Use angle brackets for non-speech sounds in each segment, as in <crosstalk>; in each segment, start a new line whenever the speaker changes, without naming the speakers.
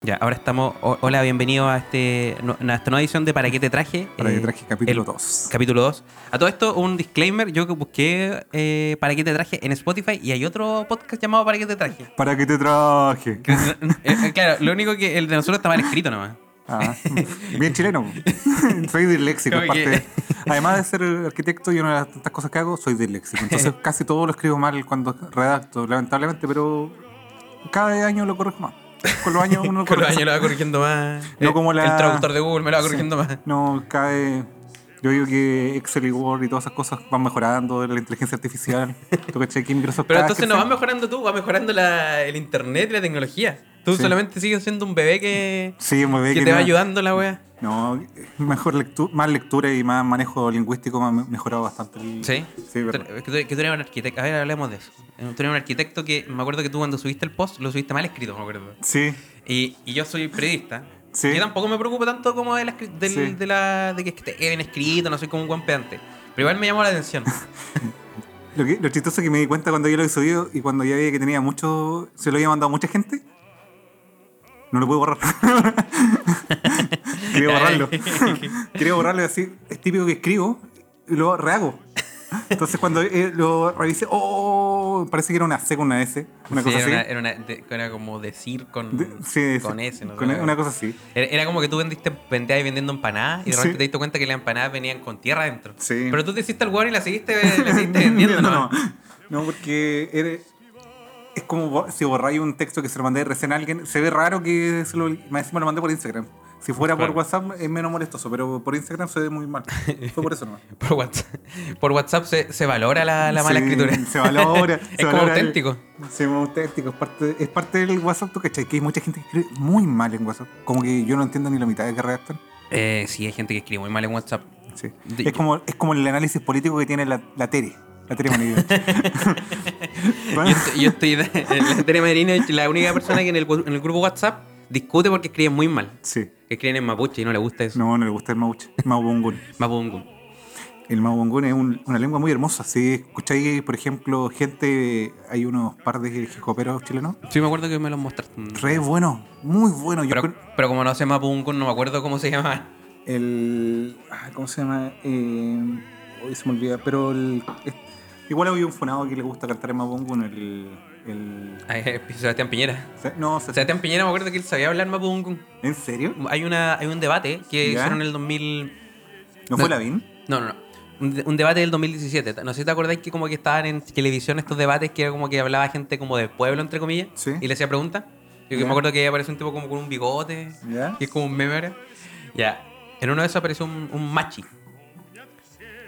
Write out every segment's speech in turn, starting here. Ya, ahora estamos. o- hola, bienvenido a, este, nu- a esta nueva edición de Para qué te traje.
Para que
Eh,
traje capítulo
el-
2.
Capítulo 2. A todo esto, un disclaimer. Yo busqué eh, Para qué te traje en Spotify y hay otro podcast llamado Para qué te traje.
¿Para qué te traje?
Que- eh, eh, claro, lo único que el de nosotros está mal escrito nomás.
Ah, bien
<laughs>
chileno. soy disléxico.
Como que-
aparte. Además de ser arquitecto y una de las tantas cosas que hago, soy
<laughs>
disléxico. Entonces casi todo lo escribo mal cuando redacto, lamentablemente, pero cada año lo corrijo más. Con los años uno
<laughs> <laughs>
lo
Con los
corrige.
años lo va corrigiendo más.
No
Eh,
como la-
El traductor de Google me lo va corrigiendo más.
No, cae. Yo digo que Excel y Word y todas esas cosas van mejorando, la inteligencia
<laughs>
artificial. Tú caché que Microsoft.
Pero
cada
entonces
que
no
sa-
vas mejorando tú, va mejorando la- el internet y la tecnología. Tú
Sí.
solamente sigues siendo un bebé que,
Sí, muy bien.
que te va ayudando la wea.
No, mejor lectu- más lectura y más manejo lingüístico me ha mejorado bastante. el-
Sí.
Sí,
Tú-
verdad.
que tú, que tú eres un arquitecto. A ver, hablemos de eso. Tú eres un arquitecto que me acuerdo que tú cuando subiste el post lo subiste mal escrito, me acuerdo.
Sí,
Y, y yo soy periodista.
Sí.
Yo tampoco me preocupo tanto como de, la, escri- del-
Sí.
de, la, de que esté bien escrito, no soy como un guan pedante. Pero igual me llamó la atención.
Lo, que- lo chistoso que me di cuenta cuando yo lo he subido y cuando ya vi que tenía mucho. Se lo había mandado a mucha gente. No lo pude borrar. <laughs> Quería
<laughs>
borrarlo. Quería borrarlo y así. Es típico que escribo y lo rehago. Entonces cuando eh, lo revisé, ¡oh! Parece que era una C con una S. <laughs> Una
Sí,
cosa
era,
así.
una- era una- de- era como decir con,
De- sí,
con
sí.
ese. ¿no?
Con- e, una cosa así.
Era, era como que tú vendiste, vendías vendiendo empanadas y de repente
Sí.
te diste cuenta que las empanadas venían con tierra adentro.
Sí.
Pero tú te hiciste el guan y la seguiste, <laughs> la
<laughs>
seguiste vendiendo, ¿no?
no, no, porque eres- es como bo- si borráis un texto que se lo mandé recién a alguien. Se ve raro que se lo, más encima lo mandé por Instagram. Si fuera
Claro.
por WhatsApp es menos molestoso, pero por Instagram se ve muy mal. Fue por eso
<laughs>
no.
Por WhatsApp, por WhatsApp se, se valora Ah, la, la mala
Sí,
escritura.
Se
<laughs>
valora.
es
se
como
valora el-
auténtico.
Sí, muy auténtico. Es parte, es parte del WhatsApp, ¿tú cachai? Que hay mucha gente que escribe muy mal en WhatsApp. Como que yo no entiendo ni la mitad de que redactan.
Eh, sí, hay gente que escribe muy mal en WhatsApp.
Sí.
De-
Es, como, es como el análisis político que tiene la, la Tere. La
<laughs>
Tere <laughs> Manigua. Ah.
Yo estoy, yo estoy la Tere Merino es la única persona que en el, en el grupo WhatsApp discute porque escriben muy mal.
sí.
Que escriben en mapuche y no le gusta eso.
No, no le gusta el Mauche. Maubongún.
Mapudungun.
El mabongón es un- una lengua muy hermosa. Si escucháis, por ejemplo, gente, hay unos par de jicoperos chilenos.
Sí, me acuerdo que me los mostraste.
Re bueno, muy bueno. Yo
Pero,
con-
pero como no sé Mapudungun, no me acuerdo cómo se llama.
el. ah, ¿Cómo se llama? Eh, hoy se me olvida, pero el. es- igual había un funado que le gusta cantar en mabongón. El. el
Ah, eh, Sebastián Piñera.
se- no, se-
Sebastián Piñera me acuerdo que él sabía hablar Mapudungun.
¿En serio?
Hay, una, hay un debate que
Ya.
hicieron en el 2000...
¿No
No.
fue Lavín?
No, no, no. Un, de- un debate del 2017. No sé si te acordáis que como que estaban en televisión estos debates que era como que hablaba gente como del pueblo, entre comillas,
Sí.
y le hacía preguntas. Yo que
Ya.
me acuerdo que apareció un tipo como con un bigote,
Ya.
que es como un meme ahora. Ya. En uno de esos apareció un, un machi.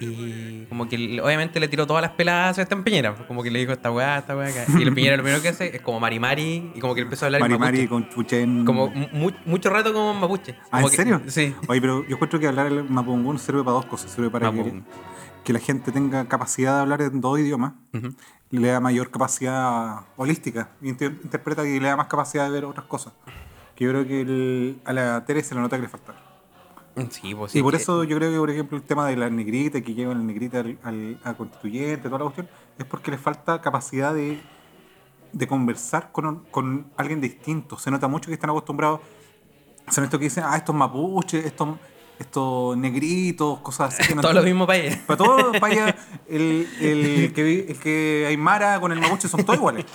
Y como que le- obviamente le tiró todas las peladas a Sebastián Piñera. Como que le dijo esta weá, esta weá. acá. Y el Piñera lo primero que hace es como marimari. Y como que empezó a hablar en
Mari
mapuche.
Mari con Puchen.
Como mu- mucho rato como mapuche.
¿Ah,
Como
en
que-
serio?
Sí.
Oye, pero yo encuentro que hablar el mapungún sirve para dos cosas. Sirve para que,
Mapudungun.
que la gente tenga capacidad de hablar en dos idiomas.
Ujú.
le da mayor capacidad holística. Inter- interpreta que le da más capacidad de ver otras cosas. Que yo creo que el- a la Tere se le nota que le falta.
Sí, pues
y por
que-
eso yo creo que, por ejemplo, el tema de la negrita, que llevan la negrita al, al- a constituyente, toda la cuestión, es porque le falta capacidad de, de conversar con, con alguien distinto. Se nota mucho que están acostumbrados. Son estos que dicen, ah, estos mapuches, estos, estos negritos, cosas así. Que
<laughs>
no
Todos los mismos
entienden.
países.
Para todos, para allá, el, el, que, vi- el que Aymara con el Mapuche son todos iguales.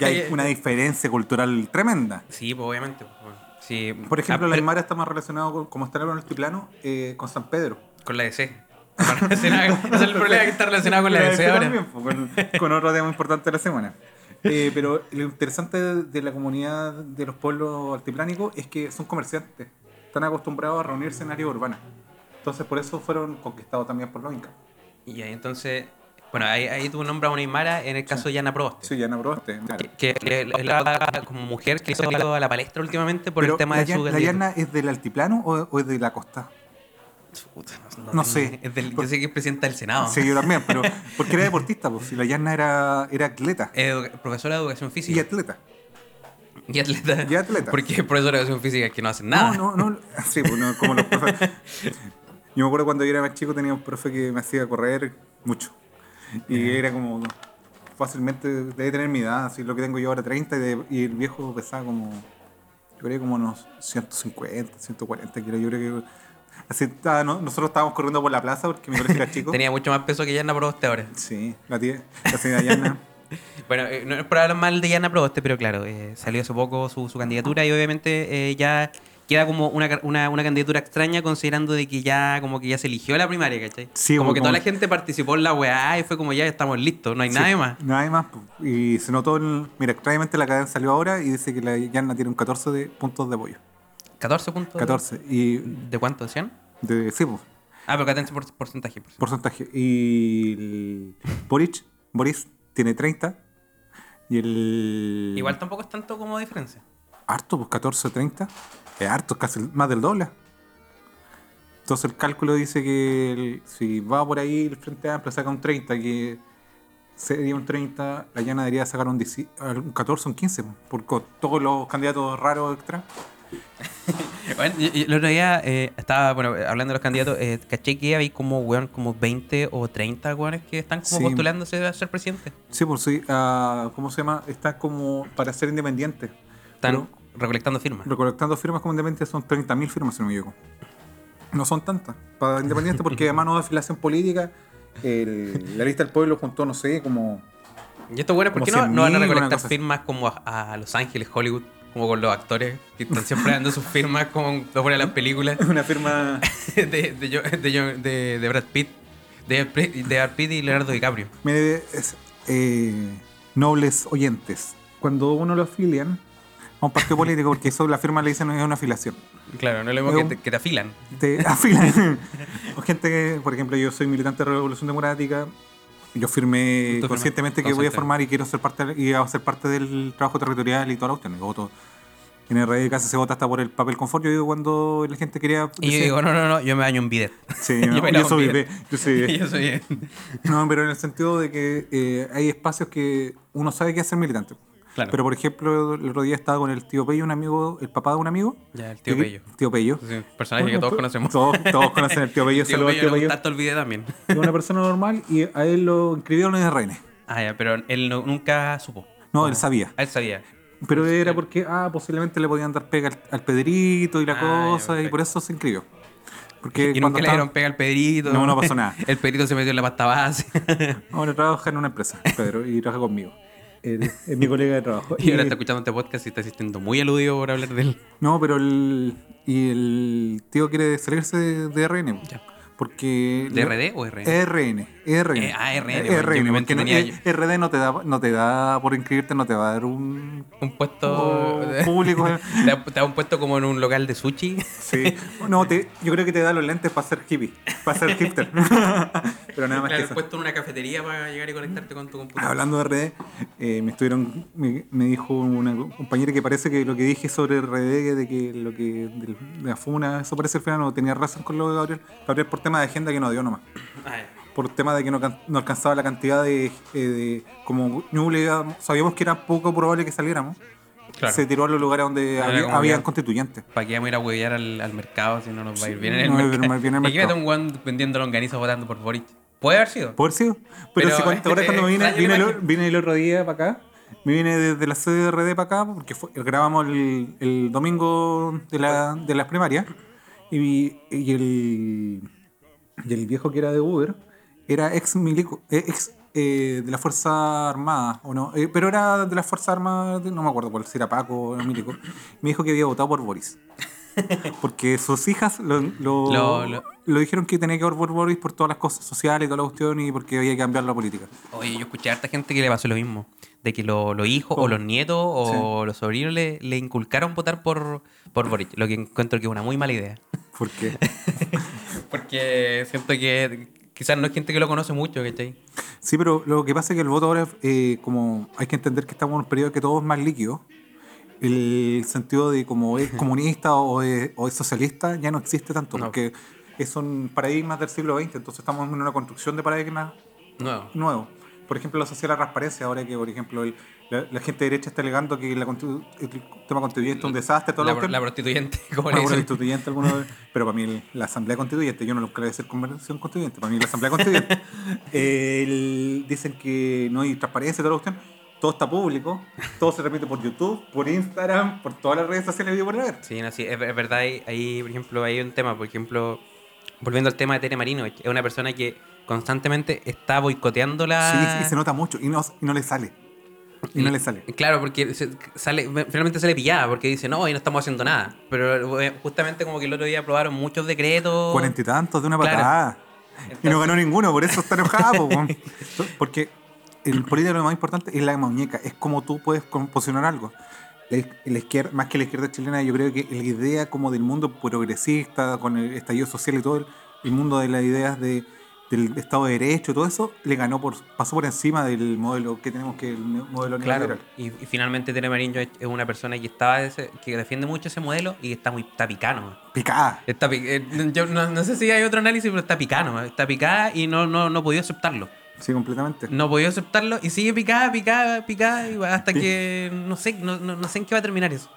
Y hay una diferencia cultural tremenda.
Sí, pues obviamente. pues, bueno. Sí,
Por ejemplo,
ah,
el
pero-
Aymara está más relacionado, con, como está en el altiplano, eh, con San Pedro.
Con la <laughs> DC. Está relacionado- Ese es el problema que está relacionado con la
Pero
DC
ese
ahora.
también, pues, con, con otro tema importante de la semana. Eh, pero lo interesante de, de la comunidad de los pueblos altiplánicos es que son comerciantes. Están acostumbrados a reunirse en áreas urbanas. Entonces, por eso fueron conquistados también por los incas.
Y ahí entonces. Bueno, ahí, ahí tú nombras a una Aymara en el caso de Yana Proboste.
Sí, ya no probaste. claro.
Que que es la como mujer que se ha ido a la palestra últimamente por
Pero
el tema
la
de su.
llan- ¿La llana es del altiplano o, o es de la costa?
Puta,
no
tengo-
sé.
es del- yo
Por-
sé que es presidenta del Senado.
Sí, yo también, pero porque era deportista, pues si la llana era, era atleta.
Edu- profesora de educación física.
Y atleta.
Y atleta.
Y atleta.
Porque es profesora de educación física que no hacen nada.
No, no, no. Sí, pues no, como los profes.
<laughs>
Yo me acuerdo cuando yo era más chico tenía un profe que me hacía correr mucho. Y era como fácilmente, debe tener mi edad, así lo que tengo yo ahora 30 y, de- y el viejo pesaba como yo creo que como unos 150, 140 kilos. Yo creo que. Así, ah, no- nosotros estábamos corriendo por la plaza porque mi
<laughs>
colegio era chico.
Tenía mucho más peso que Yana Proboste ahora.
Sí, la tía, la
<laughs>
señora Yana.
Bueno, eh, no es por hablar mal de Yana Proboste, pero claro, eh, salió hace poco su, su candidatura y obviamente eh, ya queda como una, ca- una, una candidatura extraña considerando de que ya como que ya se eligió la primaria, ¿cachai?
Sí,
como
como-
que toda
como-
la gente participó en la weá y fue como ya estamos listos, no hay nada
Sí,
de más.
Nada más. po. Y se notó el. Mira, claramente la cadena salió ahora y dice que la Yana tiene un 14 de puntos de apoyo.
14 puntos.
14. Y.
¿De cuánto? ¿100?
De, sí, po,
Ah, pero acá tenés por, porcentaje. porcentaje.
porcentaje. Y. el Boric, Boris tiene 30. Y el.
Igual tampoco es tanto como diferencia.
Harto, pues 14, 30. Es harto, es casi más del doble. Entonces el cálculo dice que el- si va por ahí el Frente Amplio saca un 30, que sería un 30, la llana debería sacar un, 10 un 14, un 15, por co- todos los candidatos raros extra.
Bueno, y- y el otro día eh, estaba bueno, hablando de los candidatos, eh, caché que hay como, weón, como 20 o 30 weones que están como
Sí.
postulándose a ser presidente.
Sí, por sí, ah, ¿cómo se llama? Está como para ser independiente.
Están recolectando firmas.
Recolectando firmas como independiente son 30.000 firmas, si no me equivoco. No son tantas. Para independiente, porque además no hay afiliación política. el- la lista del pueblo juntó, no sé, como <laughs>
Y esto, bueno, ¿por
Como
qué no,
100.000
no van a
una
recolectar
cosa así.
firmas como a, a Los Ángeles, Hollywood, como con los actores que están siempre dando sus firmas como fuera de las películas <laughs>
una firma.
de, de, Jo- de, Jo- de- de Brad Pitt, de, Pre- de Brad Pitt y Leonardo DiCaprio?
Mire, es, eh, nobles oyentes. Cuando uno lo afilian a un partido político, porque eso la firma le dicen es una afiliación.
Claro, no es lo mismo
Es
que
un-
te, que te afilan.
<laughs> Te afilan. o gente que, por ejemplo, yo soy militante de Revolución Democrática. Yo firmé
Tú firmaste,
conscientemente que voy a
consciente.
formar y quiero ser parte y a ser parte del trabajo territorial y toda la cuestión. Y voto. En el radio casi se vota hasta por el papel confort. Yo digo cuando la gente quería.
Y yo
decir-
digo, no, no, no, yo me baño un bidet.
<laughs>
<laughs>
Sí,
yo
no,
me
yo
lavo un
soy
bidet.
B, yo soy
<laughs>
B.
yo soy...
No, pero en el sentido de que eh, hay espacios que uno sabe que es ser militante.
Claro.
Pero por ejemplo, el otro día estaba con el tío Pello, un amigo, el papá de un amigo.
Ya, el tío
que-
Pello.
Tío Pello.
Es un personaje que todos conocemos.
Todos, todos conocen el
<laughs>
tío Pello,
Tío
saludos al
Pello
tío
le
Pello.
gusta harto el bidet también. <laughs>
Es una persona normal y a él lo inscribieron en el Reine.
Ah, ya, pero él no- nunca supo.
No, él sabía.
Ah, Él sabía.
Pero era porque, ah, posiblemente le podían dar pega al, al Pedrito y la
Ah, ya,
cosa, y por eso se inscribió. Porque
Y
cuando
nunca le
estaba-
dieron pega al Pedrito.
No, no
<laughs>
pasó nada.
El Pedrito se metió en la pasta base.
Ahora trabaja en una empresa, Pedro, y trabaja conmigo. Él Es mi colega de trabajo.
<laughs> y ahora
Y-
está escuchando este podcast y está asistiendo muy aludido por hablar de él.
No, pero el. Y el tío quiere salirse de, de RN.
Ya.
Porque.
¿De RD o
Eh,
RN?
RN. RN.
Eh, ah, RN,
Eh,
bueno, yo me
porque no-
mantenía
eh,
yo.
RD no te, da, no te da. Por inscribirte, no te va a dar un.
Un puesto.
un <laughs> público.
te, da- te da un puesto como en un local de sushi.
sí. No, te, yo creo que te da los lentes para ser hippie. Para ser hipster. <laughs> pero nada
Claro, pues.
más que
un
eso.
puesto en una cafetería para llegar y conectarte con tu computadora.
Hablando de RD, eh, me estuvieron, me, me dijo una compañera que parece que lo que dije sobre RD, de que lo que del- de la funa, eso parece al final no tenía razón con lo de Gabriel. Gabriel por tema de agenda que no dio nomás.
Ah, ya.
Por tema de que no, can- no alcanzaba la cantidad de, eh, de- como Ñuble, sabíamos que era poco probable que saliéramos.
Claro.
Se tiró a los lugares donde
Era
había,
como
habían
ya-
constituyentes.
¿Para qué vamos a ir a huevear al, al mercado si no nos va a ir bien en el
no,
mercado?
pero bien en el
Y aquí mete
mercado.
un guan vendiendo longaniza votando por Boric. Puede haber sido.
Por sí, pero,
Pero,
si cuando, ahora
eh,
cuando vine,
extraño
vine,
la
el,
imagen.
vine el otro día para acá, me vine desde la sede de RD para acá, porque fue- grabamos el, el domingo de, la, de las primarias, y, y el, y el viejo que era de Uber era ex milico, eh, ex eh, de la Fuerza Armada, o no, eh, pero era de la Fuerza Armada, de- no me acuerdo cuál, si era Paco o era milico, me dijo que había votado por
<laughs>
Boris. Porque sus hijas lo, lo-
Lo- lo-
lo dijeron que tenía que votar por Boris por todas las cosas sociales y toda la cuestión y porque había que cambiar la política.
Oye, yo escuché a harta gente que le pasó lo mismo. De que lo- los hijos
Oh.
o los nietos o los sobrinos le, le inculcaron votar por, por Boric. Lo que encuentro que es una muy mala idea.
Porque
Porque siento que quizás no es gente que lo conoce mucho, ¿cachai?
Sí, pero lo que pasa es que el voto ahora, eh, como hay que entender que estamos en un periodo que todo es más líquido, el sentido de
<laughs>
como es comunista o es, o es socialista ya no existe tanto,
No.
porque son paradigmas del siglo XX, entonces estamos en una construcción de paradigmas
No.
nuevos. Por ejemplo, lo social a la transparencia, ahora que, por ejemplo, el- la, la gente derecha está alegando que la constitu- el tema constituyente es un desastre, todo
La,
lo
pro-
que...
la prostituyente, <laughs> como
Bueno,
le
bueno,
dicen.
constituyente, alguno de- pero para mí el- la Asamblea Constituyente, yo no lo creo decir convención constituyente, para mí la Asamblea Constituyente. El- dicen que no hay transparencia y toda la cuestión. todo está público, todo se repite por YouTube, por Instagram, por todas las redes sociales de por haber.
Sí, no, sí, es, es verdad, ahí, ahí, por ejemplo, hay un tema, por ejemplo, volviendo al tema de Tere Marino, es una persona que constantemente está boicoteando la...
Sí, sí, se nota mucho y no, y no le sale. Y no le sale.
Claro, porque se- sale, finalmente sale pillada, porque dice, no, hoy no estamos haciendo nada. Pero eh, justamente como que el otro día aprobaron muchos decretos.
Cuarenta y tantos de una
Claro.
patada. Y
Entonces-
no ganó ninguno, por eso está enojado. po,
<laughs>
weón. Porque el político lo más importante es la muñeca, es como tú puedes composicionar algo. La, iz- la izquierda, más que la izquierda chilena, yo creo que la idea como del mundo progresista, con el estallido social y todo el, el mundo de las ideas de, del Estado de Derecho, todo eso, le ganó por, pasó por encima del modelo que tenemos que es el ne- modelo
Claro,
neoliberal.
y, y finalmente Tere Mariño es es una persona que estaba ese- que defiende mucho ese modelo y está muy está picano.
Picada.
Está pi- eh, yo no, no sé si hay otro análisis, pero está picano. Está picada y no, no, no podía aceptarlo.
Sí, completamente.
No podía aceptarlo y sigue picada, picada, picada y va hasta que no sé, no, no- no sé en qué va a terminar eso.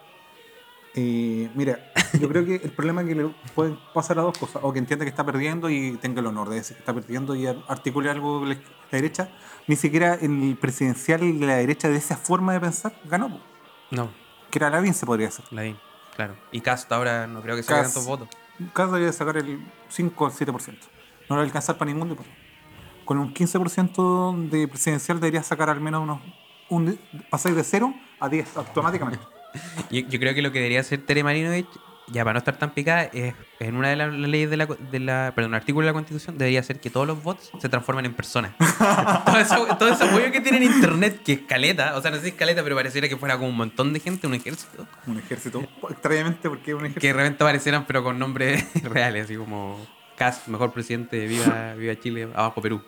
Eh, mira, yo creo que el problema es que le pueden pasar a dos cosas. O que entienda que está perdiendo y tenga el honor de decir que está perdiendo y articule algo la, la derecha. Ni siquiera en el presidencial de la derecha de esa forma de pensar ganó. po.
No,
Que era la se podría ser.
la vi, claro. Y Cast ahora no creo que saque
Cast.
tantos votos.
Caso de sacar el 5 o el 7%. No lo va a alcanzar para ningún diputado. Con un 15% de presidencial debería sacar al menos unos... Un, pasar de 0 a 10 automáticamente.
Yo, yo creo que lo que debería hacer Tere Marinovich, ya para no estar tan picada, es en una de las las leyes de la, co- de la- perdón, el artículo de la Constitución, debería ser que todos los bots se transformen en personas. todo eso, todo eso güey, que tienen internet, que es caleta, o sea, no sé si es caleta, pero pareciera que fuera como un montón de gente, un ejército,
Un ejército. Extrañamente porque es un ejército...
que de repente aparecieran, pero con nombres <laughs> reales, así como Cas, mejor presidente, viva, viva Chile, abajo Perú.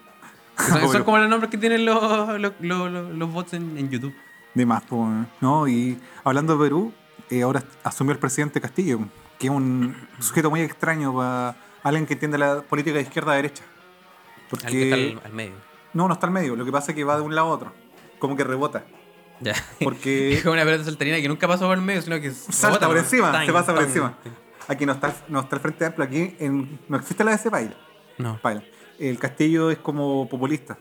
Son, son como los nombres que tienen los, los, los- los- los bots en, en YouTube.
De más, po, weón. ¿no? Y hablando de Perú, eh, ahora asumió el presidente Castillo, que es un sujeto muy extraño para alguien que entiende la política de izquierda a derecha. Porque
Alguien que está al, al medio.
no, no está al medio, lo que pasa es que va de un lado a otro, como
<laughs>
que rebota.
Ya. <laughs>
Porque
Es como una pelota saltarina que nunca pasó por el medio, sino que rebota,
salta por
¿no?
encima,
Tan,
se pasa por
tan.
encima. Aquí no está, no está el Frente Amplio, aquí en- no existe la de ese país.
No.
Paila. El Castillo es como populista.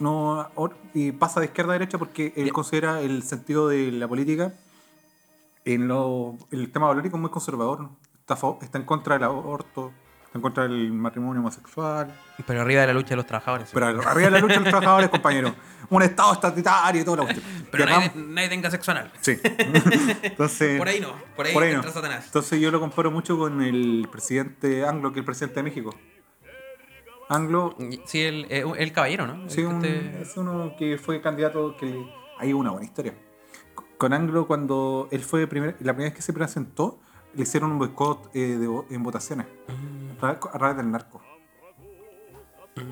No, or- y pasa de izquierda a derecha porque él
Ya.
considera el sentido de la política en lo, el tema valórico muy conservador. Está, a favor- está en contra del aborto, está en contra del matrimonio homosexual.
Pero arriba de la lucha de los trabajadores. sí.
Pero arriba de la lucha de los trabajadores, compañero. Un Estado estatutario y todo lo cuestión.
Pero
Y acá-
nadie, nadie tenga sexo anal.
Sí.
<laughs>
Entonces,
Por ahí no, por ahí entra Satanás.
Entonces yo lo comparo mucho con el presidente anglo, que es el presidente de México. Anglo
Sí, el, eh, el caballero, ¿no?
Sí, un-
Este-
es uno que fue candidato que hay una buena historia. Con Anglo cuando él fue primer- la primera vez que se presentó, le hicieron un boicot eh, de vo- en votaciones a
Mm.
través- a través del narco.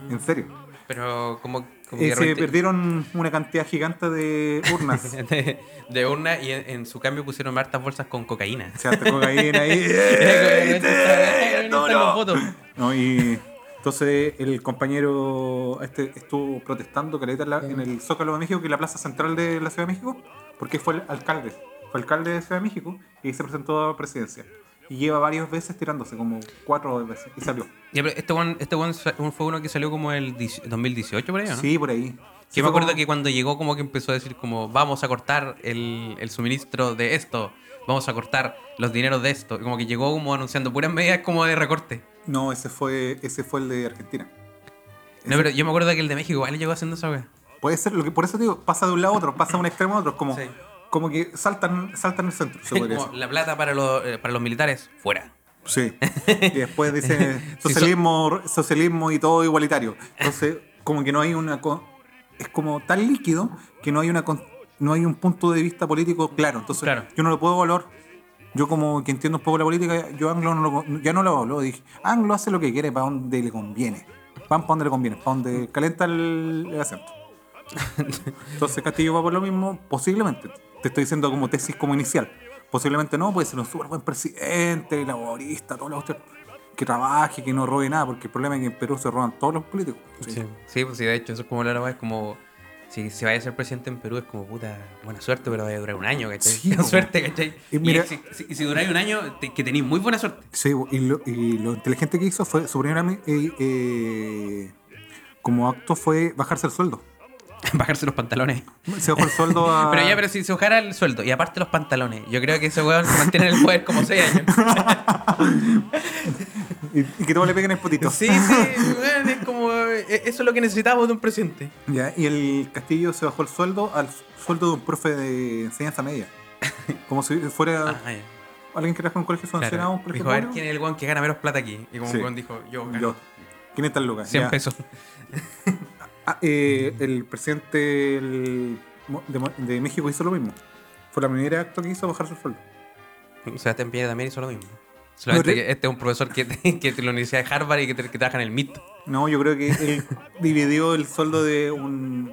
En serio.
Pero Mm. como, como
Eh,
que
se
realmente-
perdieron una cantidad gigante de
<laughs>
urnas.
de, de urna y en, en su cambio pusieron hartas bolsas con cocaína.
se hartó cocaína
<laughs>
ahí. <laughs>
Era como, "Ay, no están los
¡Duro!
votos".
No, y entonces el compañero este estuvo protestando caleta, en la- en el Zócalo de México, que es la plaza central de la Ciudad de México, porque fue el alcalde. Fue alcalde de Ciudad de México y se presentó a la presidencia. Y lleva varias veces tirándose, como cuatro veces, y salió.
Ya, pero este one, este one sa- fue uno que salió como el 10 2018 por ahí, ¿o ¿no?
Sí, por ahí.
Que
Sí,
me
fue
acuerdo
como-
que cuando llegó como que empezó a decir como vamos a cortar el, el suministro de esto, vamos a cortar los dineros de esto, y como que llegó como anunciando puras medidas como de recorte.
No, ese fue, ese fue el de Argentina.
No, pero yo me acuerdo que el de México igual llegó haciendo esa wea.
Puede ser, lo que, por eso te digo, pasa de un lado a otro, pasa de un extremo a otro, como,
Sí.
como que saltan, saltan el centro.
<laughs>
se podría
Como
decir.
la plata para los, eh, para los militares, fuera.
Sí. Y después dice
<laughs> Sí,
socialismo, socialismo y todo igualitario. Entonces, como que no hay una co- es como tan líquido que no hay una con- no hay un punto de vista político claro. Entonces,
Claro.
yo no lo puedo evaluar. Yo como que entiendo un poco la política, yo Anglo no lo, ya no lo hablo, dije, Anglo hace lo que quiere para donde le conviene. Van para donde le conviene, para donde calienta el, el acento. Entonces Castillo va por lo mismo, posiblemente. Te estoy diciendo como tesis como inicial. Posiblemente no, puede ser un súper buen presidente, laborista, todo lo que trabaje, que no robe nada, porque el problema es que en Perú se roban todos los políticos. Sí.
Sí, pues sí, de hecho, eso es como la wea, es como si, si vaya a ser presidente en Perú es como puta, buena suerte, pero vaya a durar un año, ¿cachai?
Sí,
Buena
po.
suerte, ¿cachai?
Y
Y,
mira-
si, si- si duráis un año, te- que tenéis muy buena suerte. <laughs>
Sí, y lo, y lo inteligente que hizo fue, su primer ami- eh, eh, como acto fue bajarse el sueldo.
Bajarse los pantalones.
Se bajó
<laughs>
el sueldo a.
Pero ya, pero si se bajara el sueldo y aparte los pantalones, yo creo que ese weón se mantiene en el poder como 6 años.
<laughs> Y, y que todos le peguen el potito.
Sí, sí, weón, es como. eh, Eso es lo que necesitamos de un presidente.
<laughs> Ya, y el Castillo se bajó el sueldo al sueldo de un profe de enseñanza media. Como si fuera
Ah, ya.
alguien que trabaja en un colegio sancionado,
Claro.
un colegio
Dijo, a ver
bueno.
quién es el weón que gana menos plata aquí. Y como
Sí.
el weón dijo, yo gano
Yo. ¿Quién está el lugar?
100
Ya.
pesos.
Ah, eh, el presidente el- de, de México hizo lo mismo. Fue la primera acto que hizo bajarse el sueldo.
Sebastián Piñera también hizo lo mismo. Solamente
Pero-
que este es un profesor que, que <laughs> de la Universidad de Harvard y que, te- que trabaja en el MIT.
No, yo creo
<laughs>
que él dividió el sueldo de un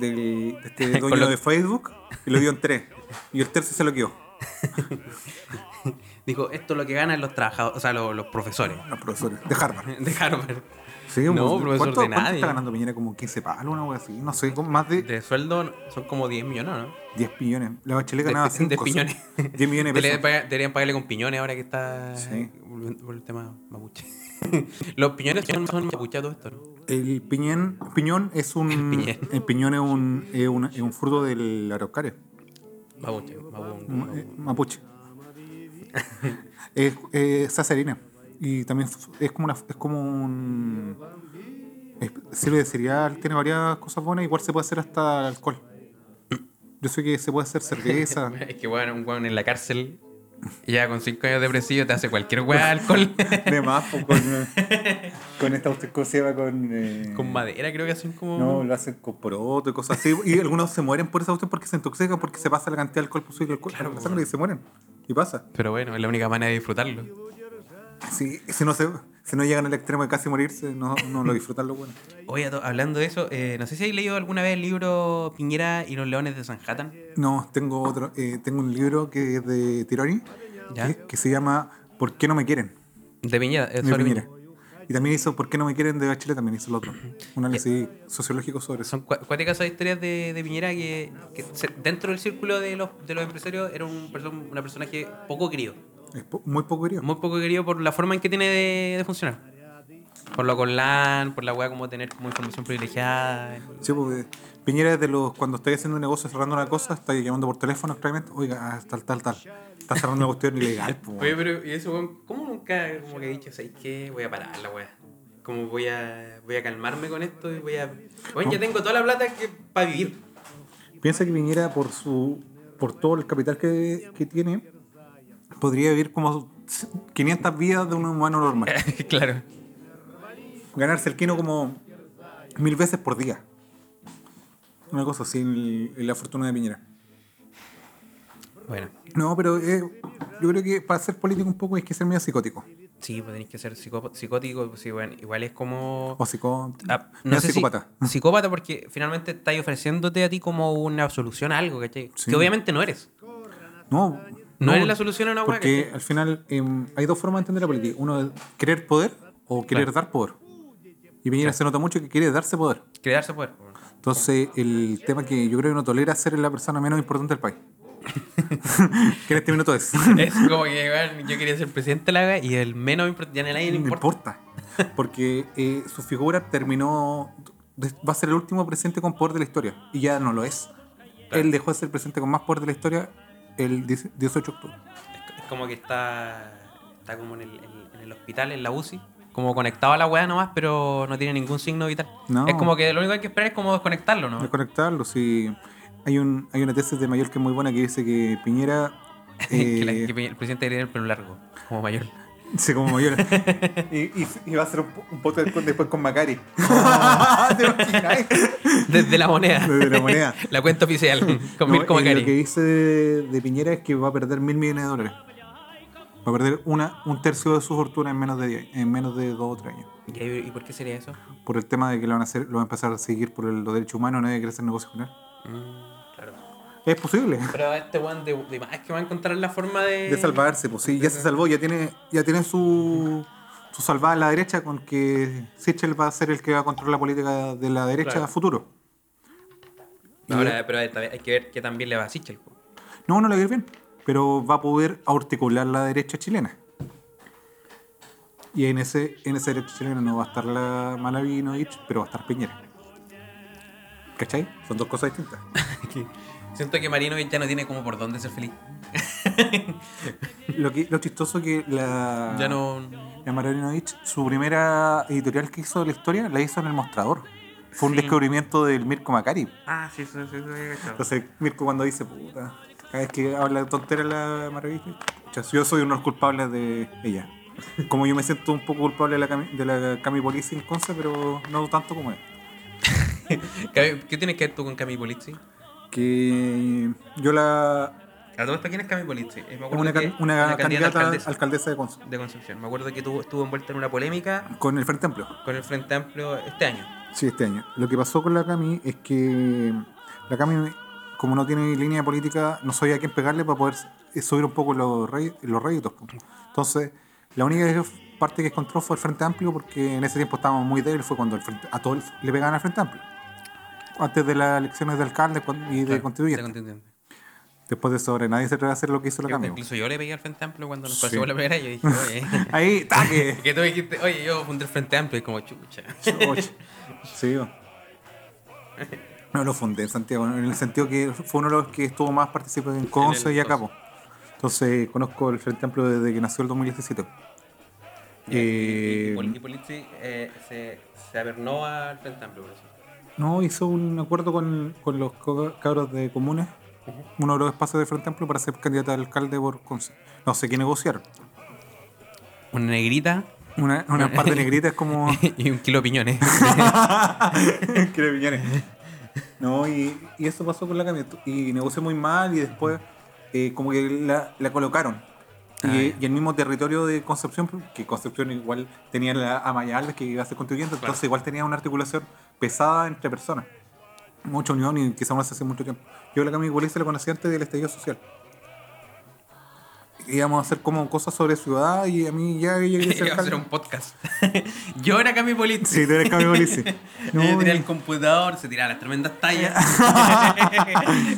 del de este
<laughs> Con
dueño
lo-
de Facebook y lo dio en tres. Y el tercio se lo quedó.
Dijo, esto es lo que ganan los trabajadores, o sea, los, los profesores <laughs>
Los profesores de Harvard.
de Harvard.
Sí,
No,
pues,
profesor
¿cuánto,
de
cuánto
nadie.
está ganando Piñera? Como 15 palos, una cosa así. No sé, con más de
De sueldo son como 10 millones, ¿no?
10 millones. La bachelet
De-
ganaba
de-
5.
de piñones.
10
<laughs>
millones de
Deberían
pesos.
pagar- deberían pagarle con piñones ahora que está
Sí.
volviendo por el tema mapuche. <laughs> los piñones son, son mapuche a todo esto, ¿no?
El piñón, piñón es un. <laughs> El
piñén.
piñón es un, es un, es un fruto del araucaria.
Mapuche, mapu-
Ma- eh,
mapu-
<laughs> Mapuche. es, es sacerina. Y también f- es como, una, es como un. es- sirve de cereal, tiene varias cosas buenas. Igual se puede hacer hasta alcohol. Yo sé que se puede hacer cerveza.
Es que, weón, un weón en la cárcel, ya con 5 años de presidio te hace cualquier weón <laughs> alcohol.
<laughs> de más, pues, <laughs> con, eh, con esta usted ¿cómo se llama? Con. eh,
con madera creo que hacen como...
No, lo hacen con poroto y cosas así. Y algunos se mueren por esa cuestión porque se intoxican, porque se pasa la cantidad de alcohol posible alcohol,
Claro,
a la
po.
sangre y se mueren. Y pasa.
Pero bueno, es la única manera de disfrutarlo.
Si, si, no, se, si no llegan al extremo de casi morirse, no, no lo disfrutan lo bueno.
Oye, a to- hablando de eso, eh, no sé si has leído alguna vez el libro Piñera y los Leones de Sanhattan.
No, tengo otro. eh, tengo un libro que es de Tironi
¿Ya?
que, que se llama ¿Por qué no me quieren?
De Piñera. eh,
De
sobre
Piñera. Y también hizo ¿Por qué no me quieren? de Bachelet, también hizo el otro. Un análisis sociológico sobre eso.
Son cua- cuáticas esas historias de, de Piñera que, que se- dentro del círculo de los, de los empresarios era un perso- una personaje poco querido.
Es po- muy poco querido.
Muy poco querido por la forma en que tiene de, de funcionar. Por lo con LAN, por la weá como tener como información privilegiada.
Sí, porque Piñera es de los cuando estáis haciendo un negocio cerrando una cosa, estáis llamando por teléfono claramente, oiga, ah, tal, tal, tal. Está cerrando una cuestión ilegal, pues, po,
Oye,
weón.
pero ¿y eso, weón? ¿cómo nunca como que he dicho, ¿sabes qué? Voy a parar la weá. Como voy a, voy a calmarme con esto y voy a... Weón, ya tengo toda la plata que para vivir.
Piensa que Piñera por su por todo el capital que, que tiene, podría vivir como 500 vidas de un humano normal.
<laughs> claro.
Ganarse el quino como mil veces por día. Una cosa así, el- la fortuna de Piñera.
Bueno,
No, pero eh, yo creo que para ser político un poco hay que ser medio psicótico.
sí, pues tenéis que ser psicópa- psicótico. pues sí, bueno, igual es como...
O psicó...
Ah,
medio
sé si-
psicópata.
psicópata porque finalmente estás ofreciéndote a ti como una solución a algo, ¿cachai?
Sí.
Que obviamente no eres.
No,
No eres la solución a una hueá,
Porque
¿cachai?
al final eh, hay dos formas de entender la política. Uno es querer poder o querer
Claro.
dar poder. Y Piñera se nota mucho que quiere darse poder.
Crearse poder. pues, po.
Entonces, el tema que yo creo que no tolera es ser la persona menos
<laughs>
importante del país. que en este minuto es.
Es como que weón, yo quería ser presidente de la wea y el menos importante, ya ni a nadie le
No
importa.
importa. Porque eh, su figura terminó. de- Va a ser el último presidente con poder de la historia. Y ya no lo es. Él dejó de ser el presidente con más poder de la historia el 10 18 de octubre.
Es como que está, está como en el, en- en el hospital, en la UCI, como conectado a la weá nomás, pero no tiene ningún signo vital.
No.
Es como que lo único que hay que esperar es como desconectarlo, ¿no?
Desconectarlo, sí. Hay, un, hay una tesis de Mayor que es muy buena que dice que Piñera.
<laughs> que, la-
eh,
que el presidente debería tener el pelo largo, como mayor. <laughs>
<laughs> Sí, como Mayor. y, y- y va a hacer un, po- un podcast con- después con Macari. <laughs> ¿Te <laughs> imaginas?
Desde la moneda.
Desde la moneda.
la cuenta oficial, con
<laughs> No,
Mirko
y
Macari.
Lo que dice de, de Piñera es que va a perder mil millones de dólares. Va a perder una, un tercio de su fortuna en menos de, diez- en menos de dos o tres años.
¿Y, ahí- ¿Y por qué sería eso?
Por el tema de que lo van a hacer, lo van a empezar a seguir por el, los derechos humanos, nadie quiere hacer negocio con él.
Claro.
Es posible.
Pero este one de, de más que va a encontrar la forma de.
De salvarse, pues sí, ya se salvó, ya tiene, ya tiene su, su salvada a la derecha con que Sichel va a ser el que va a controlar la política de la derecha
Claro.
a futuro.
Ahora, pero esta vez hay que ver que también le va a Sichel. po. <laughs>
No, no le va a ir bien, pero va a poder articular la derecha chilena. Y en ese en esa derecha chilena no va a estar la Malavinovich, pero va a estar Piñera. ¿Cachai? Son dos cosas distintas.
Que Siento que Marinovich ya no tiene como por dónde ser feliz.
Lo, que, lo chistoso que la.
Ya no.
La Marinovich, su primera editorial que hizo de la historia, la hizo en El Mostrador. Fue un
Sí.
descubrimiento del Mirko Macari.
Ah, sí, sí, sí, sí, había cachado.
Entonces, Mirko cuando dice, puta, cada vez que habla tontera la maravilla, pucha, yo soy uno de los culpables de ella. Como yo me siento un poco culpable de la Cami, de la Cami Polizzi en Conce, pero no tanto como él.
<laughs> ¿Qué qué tienes que ver tú con Cami Polizzi?
Que yo la...
¿A todo esto quién es Cami Polizzi? Eh, me
Una,
acuerdo que
can- una candidata alcaldesa.
alcaldesa
de Conce,
de Concepción. Me acuerdo que tuvo, estuvo envuelta en una polémica
con el Frente Amplio.
con el Frente Amplio este año.
Sí, este año. Lo que pasó con la Cami es que la Cami, como no tiene línea política, no sabía a quién pegarle para poder eh, subir un poco los, rey, los réditos. po. Entonces, la única parte que encontró fue el Frente Amplio, porque en ese tiempo estábamos muy débiles, fue cuando el Frente- a todos le pegaban al Frente Amplio. Antes de las elecciones de alcalde cuan- y de
Claro,
constituyente.
de constituyente.
Después de eso, ahora nadie se atreve a hacer lo que hizo la
Yo-
Cami.
incluso yo le pegué al Frente Amplio cuando nos
Sí.
conocimos la primera vez. Yo
<laughs>
dije, oye.
Ahí, taque.
que tú dijiste, oye, yo fundé el Frente Amplio y como chucha.
Ocho. <laughs> Sí. bo. No lo fundé en Santiago, en el sentido que fue uno de los que estuvo más participando en Conce
En el
y acá.
Conce.
po. Entonces conozco el Frente Amplio desde que nació el 2017.
Y,
Eh,
Pol- y Polizzi eh, se, se avernó al Frente Amplio por eso.
no, hizo un acuerdo con, con los co- cabros de comunes, uno de los espacios del Frente Amplio para ser candidato a alcalde por Conce. No sé qué negociar.
Una negrita
Una, una
<laughs>
parte negrita es como...
y un kilo de piñones.
<laughs> Quiere piñones. No, y, y eso pasó con la camioneta. Y negoció muy mal y después eh, como que la, la colocaron. Y,
Ah, ya.
y el mismo territorio de Concepción, que Concepción igual tenía la Amaya Alves que iba a ser constituyente, entonces igual tenía una articulación pesada entre personas. Mucha unión y quizá no se hace mucho tiempo. Yo la Camila se la conocí antes del estallido social. Íbamos a hacer como cosas sobre ciudad y a mí ya ella quería
<laughs> <laughs>
ser
Iba a hacer
alcalde.
un podcast. <laughs> yo era Cami Polizzi.
Sí, tú eres Camila Bolívar.
<laughs>
No,
Ella tenía
y-
el computador, se tiraba las tremendas
<laughs>
tallas.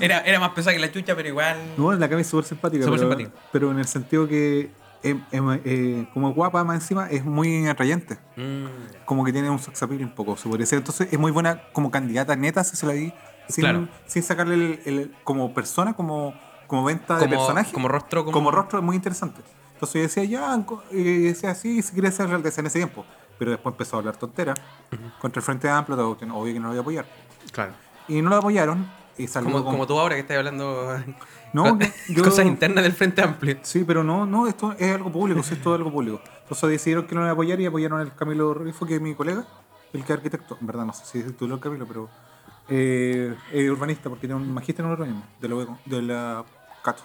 era, era más pesada que la chucha, pero igual.
No, la Cami es súper simpática.
Súper
pero,
simpática.
pero en el sentido que, em- em- eh, como es guapa más encima, es muy atrayente.
Mm,
Como que tiene un sex appeal un poco, se podría decir. Entonces es muy buena como candidata neta, si se la vi. Sin,
Claro.
sin sacarle el, el- como persona, como, como venta de
como,
personaje.
como rostro. Como,
como rostro es muy interesante. Entonces yo decía, ya, co- y decía así, si quería ser alcaldesa en ese tiempo. Pero después empezó a hablar tontera contra el Frente Amplio, toda cuestión, obvio que no lo voy a apoyar.
Claro.
Y no lo apoyaron. Y salió
Como,
con-
como tú ahora que estás hablando <laughs>
No,
co-
que yo-
cosas internas del Frente Amplio.
Sí, pero no, no, esto es algo público, sí, esto es algo público. Entonces decidieron que no iban a apoyar y apoyaron al Camilo Rifo, que es mi colega, el que es arquitecto, en verdad no sé si es el titular Camilo, pero eh, es urbanista, porque tiene un magíster en urbanismo, de la, UECO, de la Cato.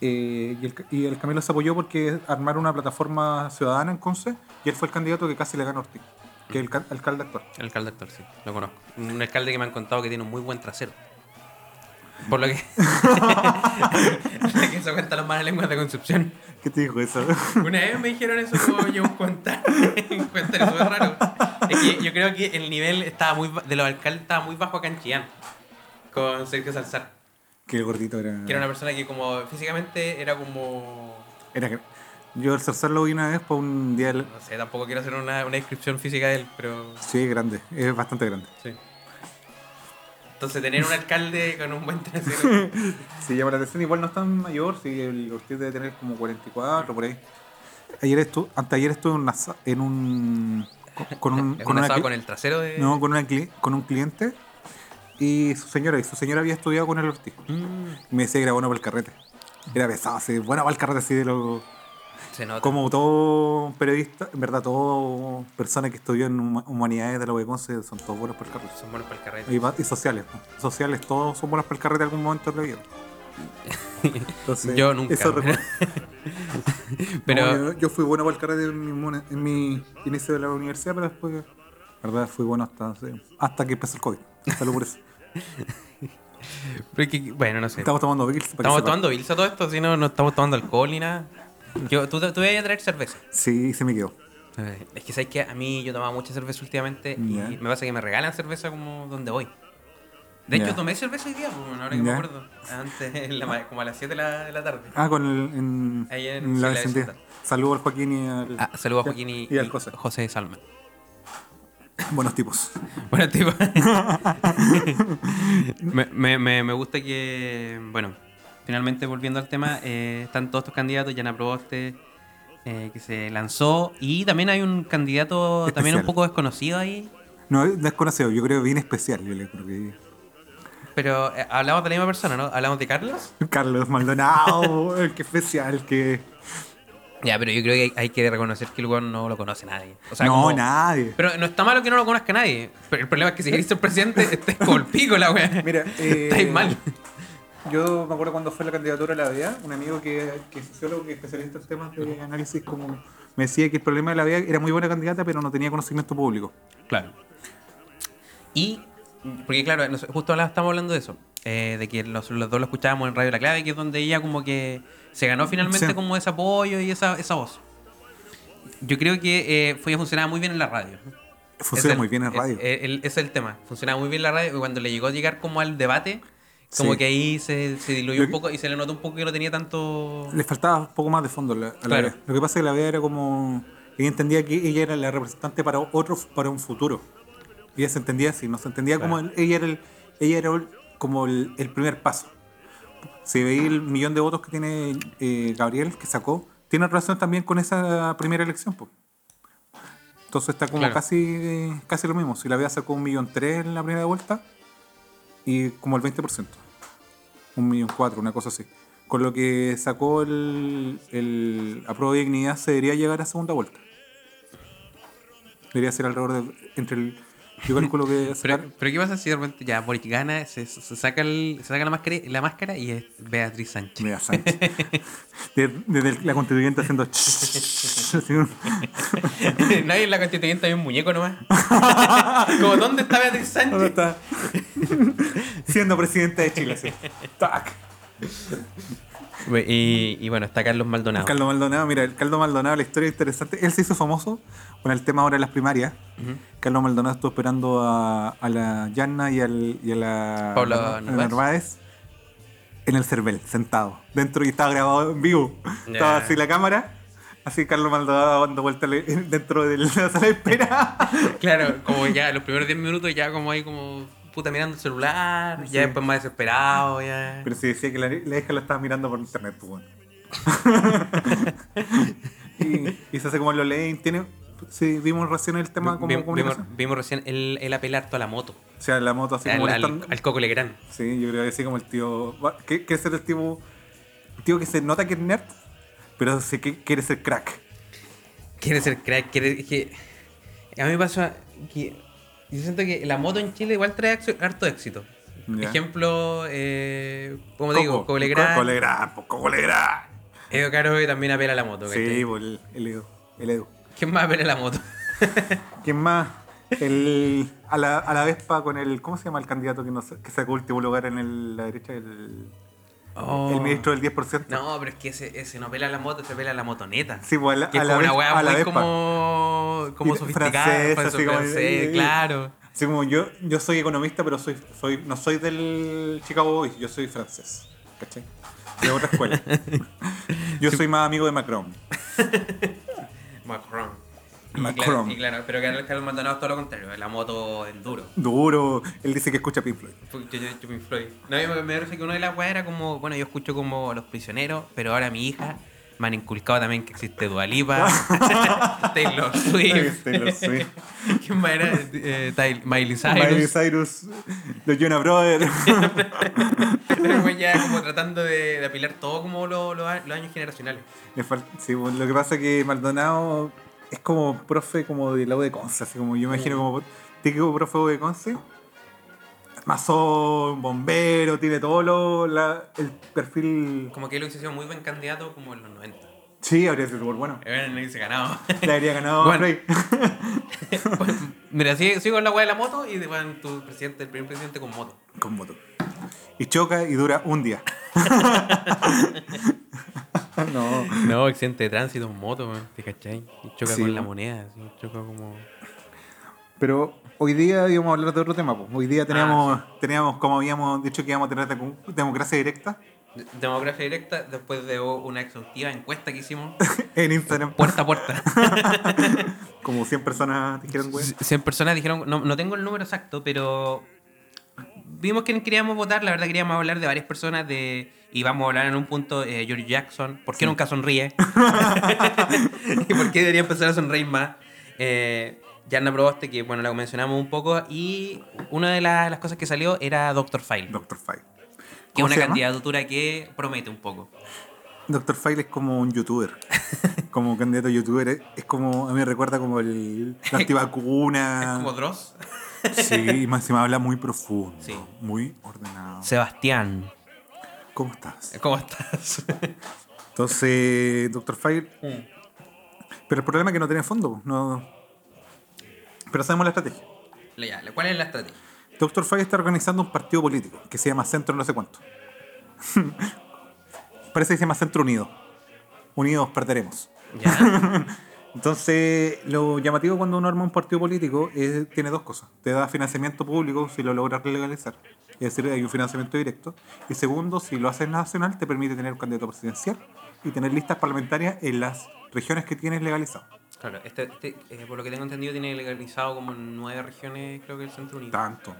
Eh, y, el, y el Camilo se apoyó porque armaron una plataforma ciudadana en Conce y él fue el candidato que casi le ganó a Ortiz, que es el ca- alcalde actual.
El alcalde actor, sí, lo conozco. Un alcalde que me han contado que tiene un muy buen trasero. Por lo que. <laughs> que eso cuentan las malas lenguas de Concepción.
¿Qué te dijo eso?
Una vez me dijeron eso como yo un cuenta. un cuenta eso es raro. Es que yo creo que el nivel estaba muy ba- de los alcaldes estaba muy bajo acá en Chillán. Con Sergio Salzar.
<laughs> que el gordito era...
Que era una persona que como físicamente era como.
era- yo el tercer lo vi una vez por un día... del-
No sé, tampoco quiero hacer una, una descripción física de él, pero.
Sí, grande, es bastante grande.
Sí. Entonces tener un alcalde con un buen trasero.
Sí, llama la atención. Igual no es tan mayor, si el Ortiz debe tener como 44, por ahí. Ayer estuve, anteayer estuve en, una sa- en un... con-
<laughs>
Con un,
Es
con
un
una
asado
cli-
con el trasero de.
no, con, una cli- con un cliente y su señora. Y su señora había estudiado con el Ortiz.
Mm,
Y me decía que era bueno para el carrete. Era pesado, así, bueno para el carrete, así de lo...
se nota.
Como todo periodista, en verdad, todo persona que estudió en huma- humanidades de la UB Conce son todos buenos para el carrete.
Son buenos para el carrete.
Y, va- y sociales. ¿no? Sociales, todos son buenos para el carrete en algún momento de la vida.
<laughs>
Entonces,
Yo nunca.
eso recuerdo.
pero
No, yo, yo fui bueno para el carrete en mi, mon- en mi inicio de la universidad, pero después, la verdad, fui bueno hasta, sí, hasta que empezó el COVID. Salud
<laughs>
por eso.
pero es que- bueno, no sé. Estamos,
Estamos tomando Bills. para que sepa.
tomando bilsa todo esto, si no, no estamos tomando alcohol ni nada. Yo, tú, tú ibas a traer cerveza.
Sí, se me quedó.
Eh, Es que sabes que a mí yo tomaba mucha cerveza últimamente
Ya.
y me pasa que me regalan cerveza como donde voy. De hecho,
Ya.
tomé cerveza hoy día, pues, bueno, ahora que me
Ya.
acuerdo. Antes, <laughs> en la ma- como a las 7 de la, de la tarde.
Ah, con el. En,
Ahí en-
en
sí, la
la vecindad.
vecindad.
Saludos al Joaquín y al.
Ah, saludos a Joaquín y,
Y al
y
José.
José Salman.
Buenos tipos.
Bueno, <laughs> tipo. me, me- me- me gusta que. Bueno, finalmente volviendo al tema, eh, están todos estos candidatos, Yana Proboste, eh, que se lanzó. Y también hay un candidato también un
Especial.
poco desconocido ahí.
No, es desconocido, yo creo bien especial, yo le creo que-
Pero eh, hablamos de la misma persona, ¿no? Hablamos de Carlos.
Carlos Maldonado, <laughs> qué especial, que...
Ya, pero yo creo que hay, hay que reconocer que el lugar no lo conoce nadie. O sea,
no,
como- <laughs>
nadie.
Pero no está malo que no lo conozca nadie. Pero el problema es que si queréis ser presidente, <laughs> estés con el pico la wea. <laughs>
Mira, eh,
Estáis mal.
Yo me acuerdo cuando fue la candidatura a la DEA, un amigo que, que es sociólogo, que es especialista en temas de análisis, como me decía que el problema de la DEA era muy buena candidata, pero no tenía conocimiento público.
Claro. Y, porque claro, nos- justo ahora estamos hablando de eso, eh, de que los, los dos lo escuchábamos en Radio La Clave, que es donde ella como que se ganó finalmente
Sí.
como ese apoyo y esa, esa voz. Yo creo que eh, fue, funcionaba muy bien en la radio. Es
Funciona
el-
muy bien en
es-
radio.
es el- es el tema, funcionaba muy bien en la radio y cuando le llegó a llegar como al debate, como
Sí.
que ahí se, se diluyó un
Lo que-
poco y se le notó un poco que no tenía tanto...
Le faltaba un poco más de fondo a la, a la
Claro.
DEA. Lo que pasa es que la DEA era como... Ella entendía que ella era la representante para otro, para un futuro. Y ella se entendía así, no se entendía como... el- ella era, el, ella era el- como el, el primer paso. Si veis el millón de votos que tiene eh, Gabriel, que sacó, tiene relación también con esa primera elección. po. Entonces está como
Claro.
casi, casi lo mismo. Si la DEA sacó un millón tres en la primera vuelta y como el 20% un millón cuatro, una cosa así. Con lo que sacó el, el apruebo de dignidad se debería llegar a segunda vuelta. Debería ser alrededor de entre el yo calculo que
Pero,
sacar-
pero ¿qué pasa si de repente ya Boric gana, se, se saca, el- se saca la, máscara, la máscara y es Beatriz Sánchez?
Mira, Sánchez. Desde, desde la constituyente haciendo así un-
<laughs> Nadie en la constituyente había un muñeco
<laughs>
nomás. Como, ¿dónde está Beatriz Sánchez?
¿Dónde está? siendo presidente de Chile así. Tac.
Y, y bueno, está Carlos Maldonado.
Caldo Maldonado, mira, el Caldo Maldonado, la historia es interesante. Él se hizo famoso con el tema ahora de las primarias. Carlos Maldonado estuvo esperando a, a la Yanna y, al- y a la
Pablo
a la
Narváez.
Narváez en el Cervel, sentado. Dentro y estaba grabado en vivo.
Ya.
Estaba así la cámara. Así Carlos Maldonado dando vueltas le- <laughs> dentro de la sala
<laughs>
de espera.
Claro, como ya los primeros 10 minutos ya como ahí como puta mirando el celular, ya después más desesperado, ya.
Pero se decía que la, la hija lo estaba mirando por internet, pues,
<laughs>
bueno. y, y se hace como lo leen. Tiene, sí, vimos recién el tema como
Vi- vimos,
comunicación.
vimos recién el, el apelar toda la moto,
O sea, la moto así como
al, al-
molestando.
al Coco Legrand.
Sí, yo creo que sí, como el tío. va- Que, que es el tipo. Tío que se nota que es nerd, pero sí que quiere ser crack.
Quiere ser crack, quiere que... A mí me pasa que yo siento que la moto en Chile igual trae accio- harto éxito.
Ya.
Ejemplo, eh, como te digo, Coco
Legrand.
Legrand.
Coco Legrand, pues, Coco Legrand.
Edo Caro que también apela a la moto. ¿cachai?
Sí, pues, el, el Edu. El Edu.
¿Quién más apela a la moto? <laughs>
¿Quién más? El, a, la, a la Vespa con el. ¿Cómo se llama el candidato que, nos, que sacó último lugar en el- la derecha? El, el ministro del 10%.
Oh. No, pero es que ese, ese no apela a la moto, se apela a la motoneta.
Sí, pues a la,
que
a
es
la
como una
Vespa-
weá
a la
muy
Vespa.
como, como
Y
sofisticada.
francés,
falso
así como-
francés,
eh,
claro.
Así como yo, yo soy economista, pero soy, soy, no soy del Chicago Boys, yo soy francés. ¿Cachai? De otra escuela. yo soy más amigo de Macron.
Macron. Y
Macron.
claro, y claro, pero Carlos, Carlos Maldonado es todo lo contrario, la moto enduro.
Duro. Él dice que escucha Pink Floyd.
Fue- Yo, yo, yo me Floyd. No, yo me, me parece que una de las weas era como, bueno, yo escucho como Los Prisioneros, pero ahora mi hija me han inculcado también que existe <laughs> Dualipa, Taylor Swift.
Taylor Swift.
¿Quién más era? Eh, Tay- Miley Cyrus.
Miley Cyrus, los Jonah Brothers.
<laughs> Pero güey, ya como tratando de, de apilar todo como lo- lo- los años generacionales.
Le fal- sí, bueno, lo que pasa es que Maldonado es como profe como del lado de Conce, así como yo imagino como típico profe de Conce. Mazón, bombero, tiene todo lo, la- el perfil.
Como que él hubiese sido muy buen candidato como en los 90.
Sí, habría sido súper bueno.
Eh, no hubiese ganado. <laughs>
<laughs> Le habría ganado
Bueno.
Frey.
Mira, sigo, sigo en la weá de la moto y después en tu presidente, el primer presidente con moto.
Con moto. Y choca y dura un día. <laughs> no.
No, accidente de tránsito en moto, ¿te cachai? Y choca
Sí.
con la moneda, así, choca como...
Pero hoy día íbamos a
Ah,
hablar de otro tema. po. Hoy día teníamos, teníamos como habíamos dicho que íbamos a tener decu- democracia directa. <laughs>
D- Democracia directa, después de o- una exhaustiva encuesta que hicimos,
en Instagram.
puerta a puerta.
Como 100 personas dijeron, güey.
100 personas dijeron, no, no tengo el número exacto, pero vimos quién queríamos votar. La verdad, queríamos hablar de varias personas. de Y vamos a hablar en un punto eh, George Jackson. ¿Por qué nunca sonríe?
<laughs>
<laughs> ¿Y por qué debería empezar a sonreír más? Eh, Yarna Proboste, que bueno, la mencionamos un poco. Y una de la- las cosas que salió era Doctor File,
Doctor File.
que es
¿Cómo
una
se llama?
candidatura que promete un poco.
Doctor File es como un
<laughs>
youtuber. Como candidato a youtuber. Es, es como. A mí me recuerda como el. La
<laughs> Es como
antivacuna.
Dross.
Sí, y más encima habla muy profundo.
Sí.
Muy ordenado.
Sebastián,
¿Cómo estás?
¿cómo estás?
Entonces, Doctor File. Pero el problema es que no tiene fondo. No. Pero sabemos la estrategia.
<laughs> Ya, ¿Cuál es la estrategia?
Doctor File está organizando un partido político que se llama Centro no sé cuánto. <laughs> Parece que se llama Centro Unido. Unidos perderemos.
Ya,
<laughs> Entonces, lo llamativo cuando uno arma un partido político es, tiene dos cosas. Te da financiamiento público si lo logras legalizar. Es decir, hay un financiamiento directo. Y segundo, si lo haces nacional, te permite tener un candidato presidencial y tener listas parlamentarias en las regiones que tienes legalizado.
claro, este, este, eh, por lo que tengo entendido tiene legalizado como en nueve regiones, creo que el Centro Unido.
Tanto.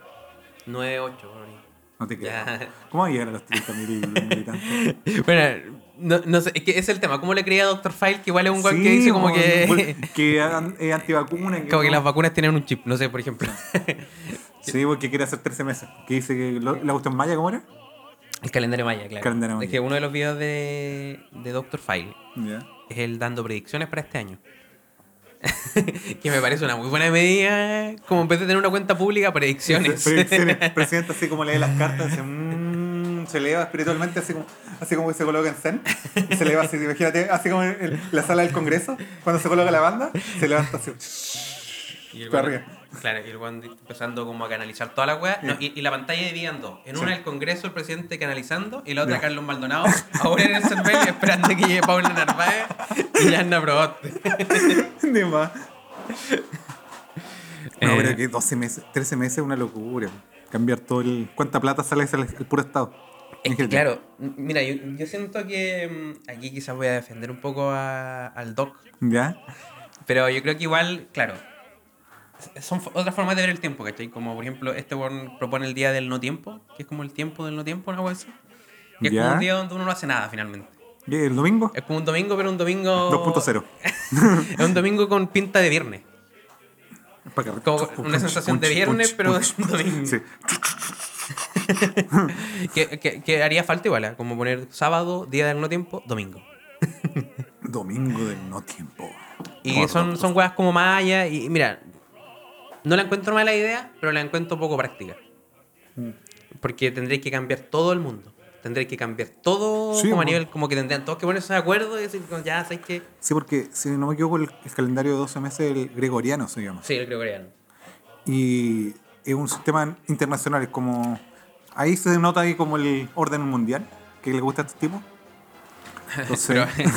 Nueve, ocho, por ahí. <laughs>
No te creo.
Ya.
¿Cómo va a llegar a los 30.000 militantes?
Bueno, no, no sé, es que ese es el tema. ¿Cómo le creía a Dr. File que igual es un guan que
Sí,
dice como
bueno,
<laughs> que,
bueno, que an- es antivacuna.
como que
no-
las vacunas tienen un chip? No sé, por ejemplo. <laughs>
Sí, porque quiere hacer 13 meses. Que dice que lo- la cuestión maya, ¿cómo era?
El calendario maya, claro.
Calendario
Es
maya.
que uno de los videos de, de Dr. File es el dando predicciones para este año. <laughs> que me parece una muy buena medida. Como en vez de tener una cuenta pública, predicciones. <laughs>
Presidente, presidente así como lee las cartas, hace, mm, se eleva espiritualmente, así como, así como que se coloca en Zen. Y se eleva así, imagínate, así como en el- la sala del Congreso, cuando se coloca la banda, se levanta así. <laughs>
Y el weón-
Para arriba.
Claro, y el weón empezando como a canalizar toda la weá. No, y, y la pantalla dividida en dos. En
Sí.
una el Congreso, el presidente canalizando, y la otra
Ya.
Carlos Maldonado, ahora en el cervello, esperando que llegue Paula Narváez y ya no probaste.
Ni más. No,
Eh.
pero que 12 meses, 13 meses es una locura. Cambiar todo el. ¿Cuánta plata sale al, al puro Estado?
Es que,
Imagínate.
claro, m- mira, yo, yo siento que mm, aquí quizás voy a defender un poco a- al Doc,
¿Ya?
pero yo creo que igual, claro, s- son f- otras formas de ver el tiempo, ¿cachai? Como por ejemplo, este weón propone el día del no tiempo, que es como el tiempo del no tiempo, una weá así. Que es
Ya.
como un día donde uno no hace nada finalmente.
¿Y el domingo?
Es como un domingo, pero un domingo.
2.0.
<laughs> Es un domingo con pinta de viernes.
Para que-
Como una sensación de viernes, pero es un <laughs> domingo.
Sí.
Que, que- que haría falta igual, ¿eh? como poner sábado, día del no tiempo, domingo.
Domingo del no tiempo.
Y
Gordo.
son, son weas como maya. Y mira, no la encuentro mala idea, pero la encuentro poco práctica. Porque tendréis que cambiar todo el mundo. Tendréis que cambiar todo
Sí,
como a
bueno.
nivel, como que tendrían todos que ponerse de acuerdo y decir, como, ya sabéis que.
Sí, porque si no me equivoco, el, el calendario de 12 meses el gregoriano se llama.
Sí, yo creo que harían.
Y es un sistema internacional, es como. Ahí se denota ahí como el orden mundial que le gusta a
<laughs>
estos tipos. Entonces, <laughs>
Pero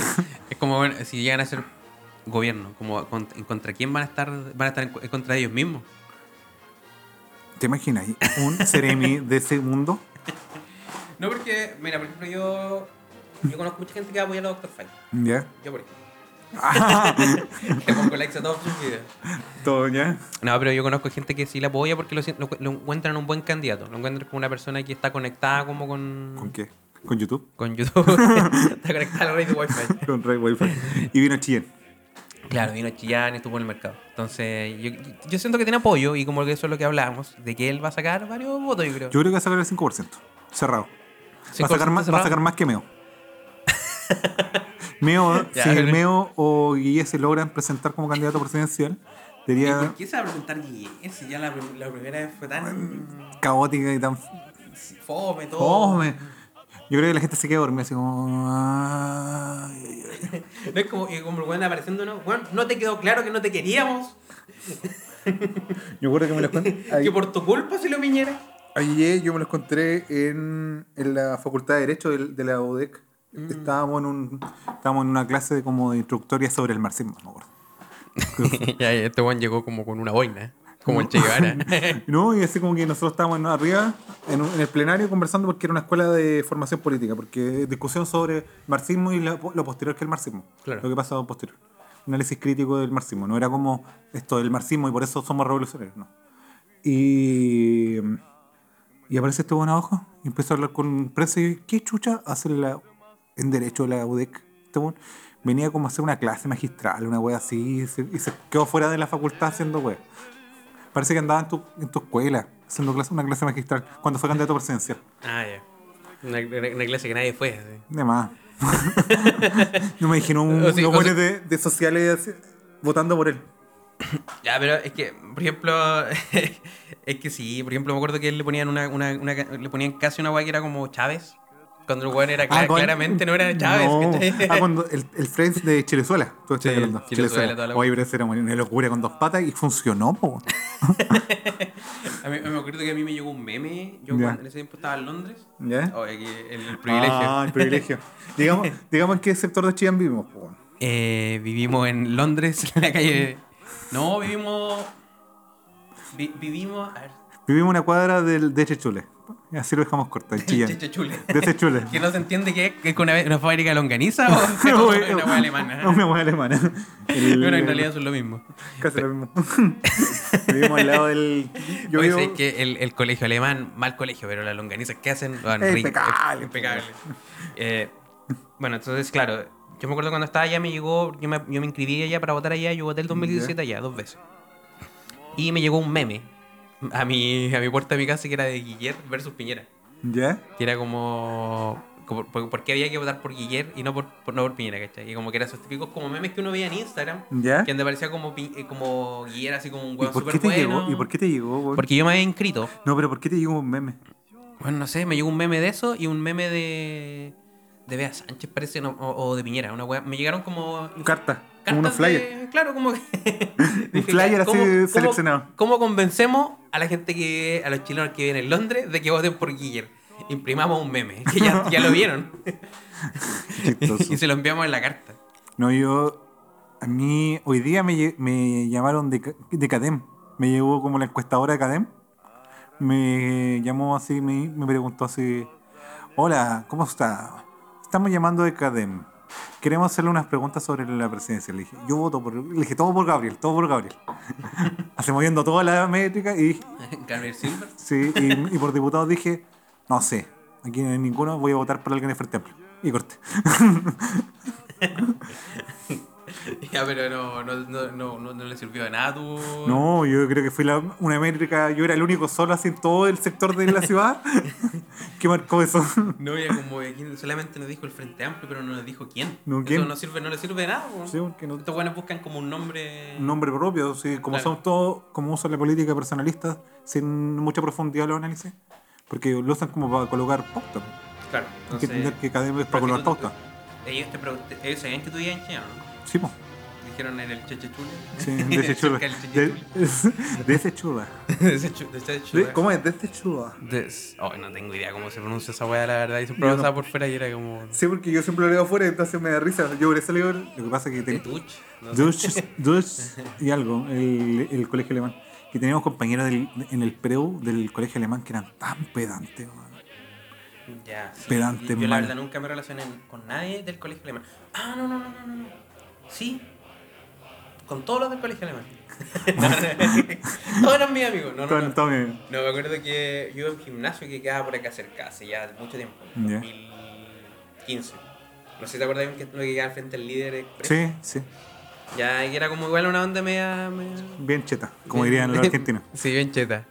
es como bueno, si llegan a ser gobierno, como con- en contra quién van a estar, van a estar en, cu- en contra de ellos mismos.
¿te imaginas? Un seremi de ese mundo.
No porque, mira, por ejemplo, yo yo conozco mucha gente que apoya a los Doctor File.
¿Ya?
Yo por ejemplo.
Ah.
<laughs> Te pongo likes a todos sus videos.
Todo, ¿ya?
No, pero yo conozco gente que sí la apoya porque lo, sien- lo, lo encuentran un buen candidato. Lo encuentran como una persona que está conectada como con,
¿Con qué? ¿Con YouTube? <laughs>
con YouTube. <laughs> está conectada a la red de Wi-Fi.
Con Ray Wi-Fi. Y vino Chillén.
Claro, vino Chillán y estuvo en el mercado. Entonces, yo, yo siento que tiene apoyo y como que eso es lo que hablábamos, de que él va a sacar varios votos, yo creo.
Yo creo que va a sacar el 5%. Cerrado. Va a,
5%
sacar más, va a
cerrado.
sacar más
<laughs>
que Meo. Meo,
Ya,
si
pero-
Meo o Guille se logran presentar como candidato presidencial, sería
¿Por qué se va a preguntar Guillén? Si ya la, prim- la primera vez fue tan
caótica y tan
fome, todo.
fome. Yo creo que la gente se queda dormida así como. "Ay, ay, ay".
No es como, y como el weón apareciendo, ¿no? Weón, no te quedó claro que no te queríamos.
Yo creo que me los con-
Que <laughs>
ahí-
por tu culpa si lo <laughs> piñera.
Ayer yo me los encontré en, en la Facultad de Derecho del- de, la UDEC.
Mm.
Estábamos, en un, estábamos en una clase de, como de introductoria sobre el marxismo, no me acuerdo.
ya, ya, este weón llegó como con una boina. Como el Che Guevara.
No, y así como que nosotros estábamos ¿no? arriba en, un- en el plenario conversando porque era una escuela de formación política, porque discusión sobre marxismo y la- lo posterior que el marxismo.
Claro.
Lo que pasó posterior. Análisis crítico del marxismo. No era como esto del marxismo y por eso somos revolucionarios, no. Y, y aparece este buen abajo y empezó a hablar con prensa y ¿qué chucha hace la, en derecho la UDEC? Este weón venía como a hacer una clase magistral, una wea así, y se, y se quedó fuera de la facultad haciendo wea. Parece que andaba en tu, en tu escuela haciendo clase, una clase magistral cuando fue candidato presidencial.
<laughs> ah, ya. Una, una- una clase que nadie fue. así. <laughs>
De más. Yo me imagino un,
O sí, o
unos
sí.
buenos de, de sociales así, votando por él.
Ya, pero es que, por ejemplo, <laughs> es que sí, por ejemplo, me acuerdo que él le ponían una, una, una- le ponían casi una guay que era como Chávez. Cuando el weón era clara-
Ah, con-
claramente no era Chávez.
No.
¿cachai?
Ah, cuando el, el Friends de Chilezuela. Tú estás
Sí,
hablando.
Chilezuela, toda la-
Oye, pero ese era una locura con dos patas y funcionó, po.
A mí, me acuerdo que a mí me llegó un meme. Yo
Ya.
cuando, en ese tiempo estaba en Londres.
¿Ya?
Oh, aquí, el, el privilegio.
Ah, el privilegio.
<laughs>
digamos, digamos en qué sector de Chillán vivimos, po.
Eh, vivimos en Londres, <laughs> en la calle. No, vivimos. vi- vivimos. A ver.
Vivimos una cuadra del, de Chechule. Así lo dejamos
<laughs>
corto, en Chillán.
Chechechule. <laughs>
De Chechule.
Que no se entiende que es, que es una, una fábrica de longaniza
<laughs>
o
Una
o
wea-
una hueá alemana.
<laughs> Una
<laughs>
hueá alemana. El-
Pero en realidad son lo mismo.
Casi lo
<laughs>
mismo. Vivimos al lado del. Yo
Oye,
vivo-
sé que el, el colegio alemán, mal colegio, pero las longanizas que hacen van
Es
ricas,
impecable,
impecable. Eh, bueno, entonces, claro, yo me acuerdo cuando estaba allá, me llegó, yo me, yo me inscribí allá para votar allá, yo voté el 2017 allá, dos veces. Y me llegó un meme a mi, a mi puerta de mi casa que era de Guillermo versus Piñera.
¿Ya?
Que era como. como por, por qué había que votar por Guillermo y no por, por- no por Piñera, ¿cachai? Y como que eran esos típicos como memes que uno veía en Instagram.
¿Ya?
Que donde parecía como, Pi- eh, como Guillermo, así como un
¿Y
huevo
por
súper
qué te llegó?
bueno.
¿Y por qué te llegó, weón?
Porque yo me había inscrito.
No, pero ¿por qué te llegó un meme?
Bueno, no sé, me llegó un meme de eso y un meme de. de Bea Sánchez, parece, no, o, o de Piñera. Una wea. Me llegaron como.
Carta.
cartas
Como unos flyers.
de- claro, como que.
<laughs>
<laughs> Dije,
flyer
ya,
así seleccionado.
¿cómo, convencemos a la gente que. a los chilenos que viven en Londres de que voten por Guiller? Imprimamos un meme, que ya, ya lo vieron. <laughs>
Chistoso.
y se lo enviamos en la carta. <laughs>
No, yo. A mí, hoy día me, lle- me llamaron de, Ca- de Cadem. Me llegó como la encuestadora de Cadem. Me llamó así, me, me preguntó así: Hola, ¿cómo está? Estamos llamando de Cadem. Queremos hacerle unas preguntas sobre la presidencia. Le dije: Yo voto por. Le dije: Todo por Gabriel, todo por Gabriel. <laughs> Hacemos viendo toda la métrica y dije:
Gabriel Silver.
Sí, y, y por diputados dije, no sé, aquí no hay ninguno, voy a votar por alguien de Frente Amplio. Y corté.
<laughs> Ya, pero no, no, no, no, no- no le sirvió de nada tú.
No, yo creo que fui la, una métrica, yo era el único solo así en todo el sector de <laughs> la ciudad que marcó eso.
No, ya como que aquí solamente nos dijo el Frente Amplio, pero no nos dijo quién.
No,
Eso
¿quién?
no sirve, no le sirve de nada. po.
<laughs> Sí, porque no-
Estos buenos buscan como un nombre.
un nombre propio, sí, como
Claro.
son todos, como usan la política personalista, sin mucha profundidad los análisis, porque lo usan como para colocar pauta.
Claro.
Hay que
Entonces,
entender que cada vez es para
pero
colocar
es que tú-
pauta.
ellos, te pregunté- ellos sabían que tú vivías en Chile, ¿no?
Sí, po.
Dijeron en el Chechechule.
<laughs>
<laughs>
Sí, de ese chula.
Cerca del Chechechule.
<laughs> De, de ese chula.
De ese chu- <laughs> de ese chula.
De- ¿Cómo es? De este ese chula.
De- oh, no tengo idea cómo se pronuncia esa weá, la verdad. Y siempre pasaba por fuera y era como.
Sí, porque yo siempre lo leo afuera, entonces me da risa. Yo por eso leo. Lo que pasa es que
De
ten-
Tuch. No sé.
Duch, Duch y algo, el, el colegio alemán. Que teníamos compañeros del- en el preu del colegio alemán que eran tan pedantes, weón.
Ya. sí.
Pedante,
yo, yo la
mal.
verdad nunca me relacioné con nadie del colegio alemán. Ah, no, no, no, no, no, no. Sí. Con todos los del colegio
<laughs>
alemán. todos eran mis amigos. No, no,
Todo-
no.
todo bien.
No, me acuerdo que yo iba a un gimnasio que quedaba por acá cerca, hace ya mucho tiempo,
Ya.
2015. No sé si te acuerdas bien que lo que quedaba al frente del líder Express.
Sí, sí.
Ya, que era como igual una onda media... media-
Bien cheta, como dirían
<laughs>
los argentinos.
sí, bien cheta.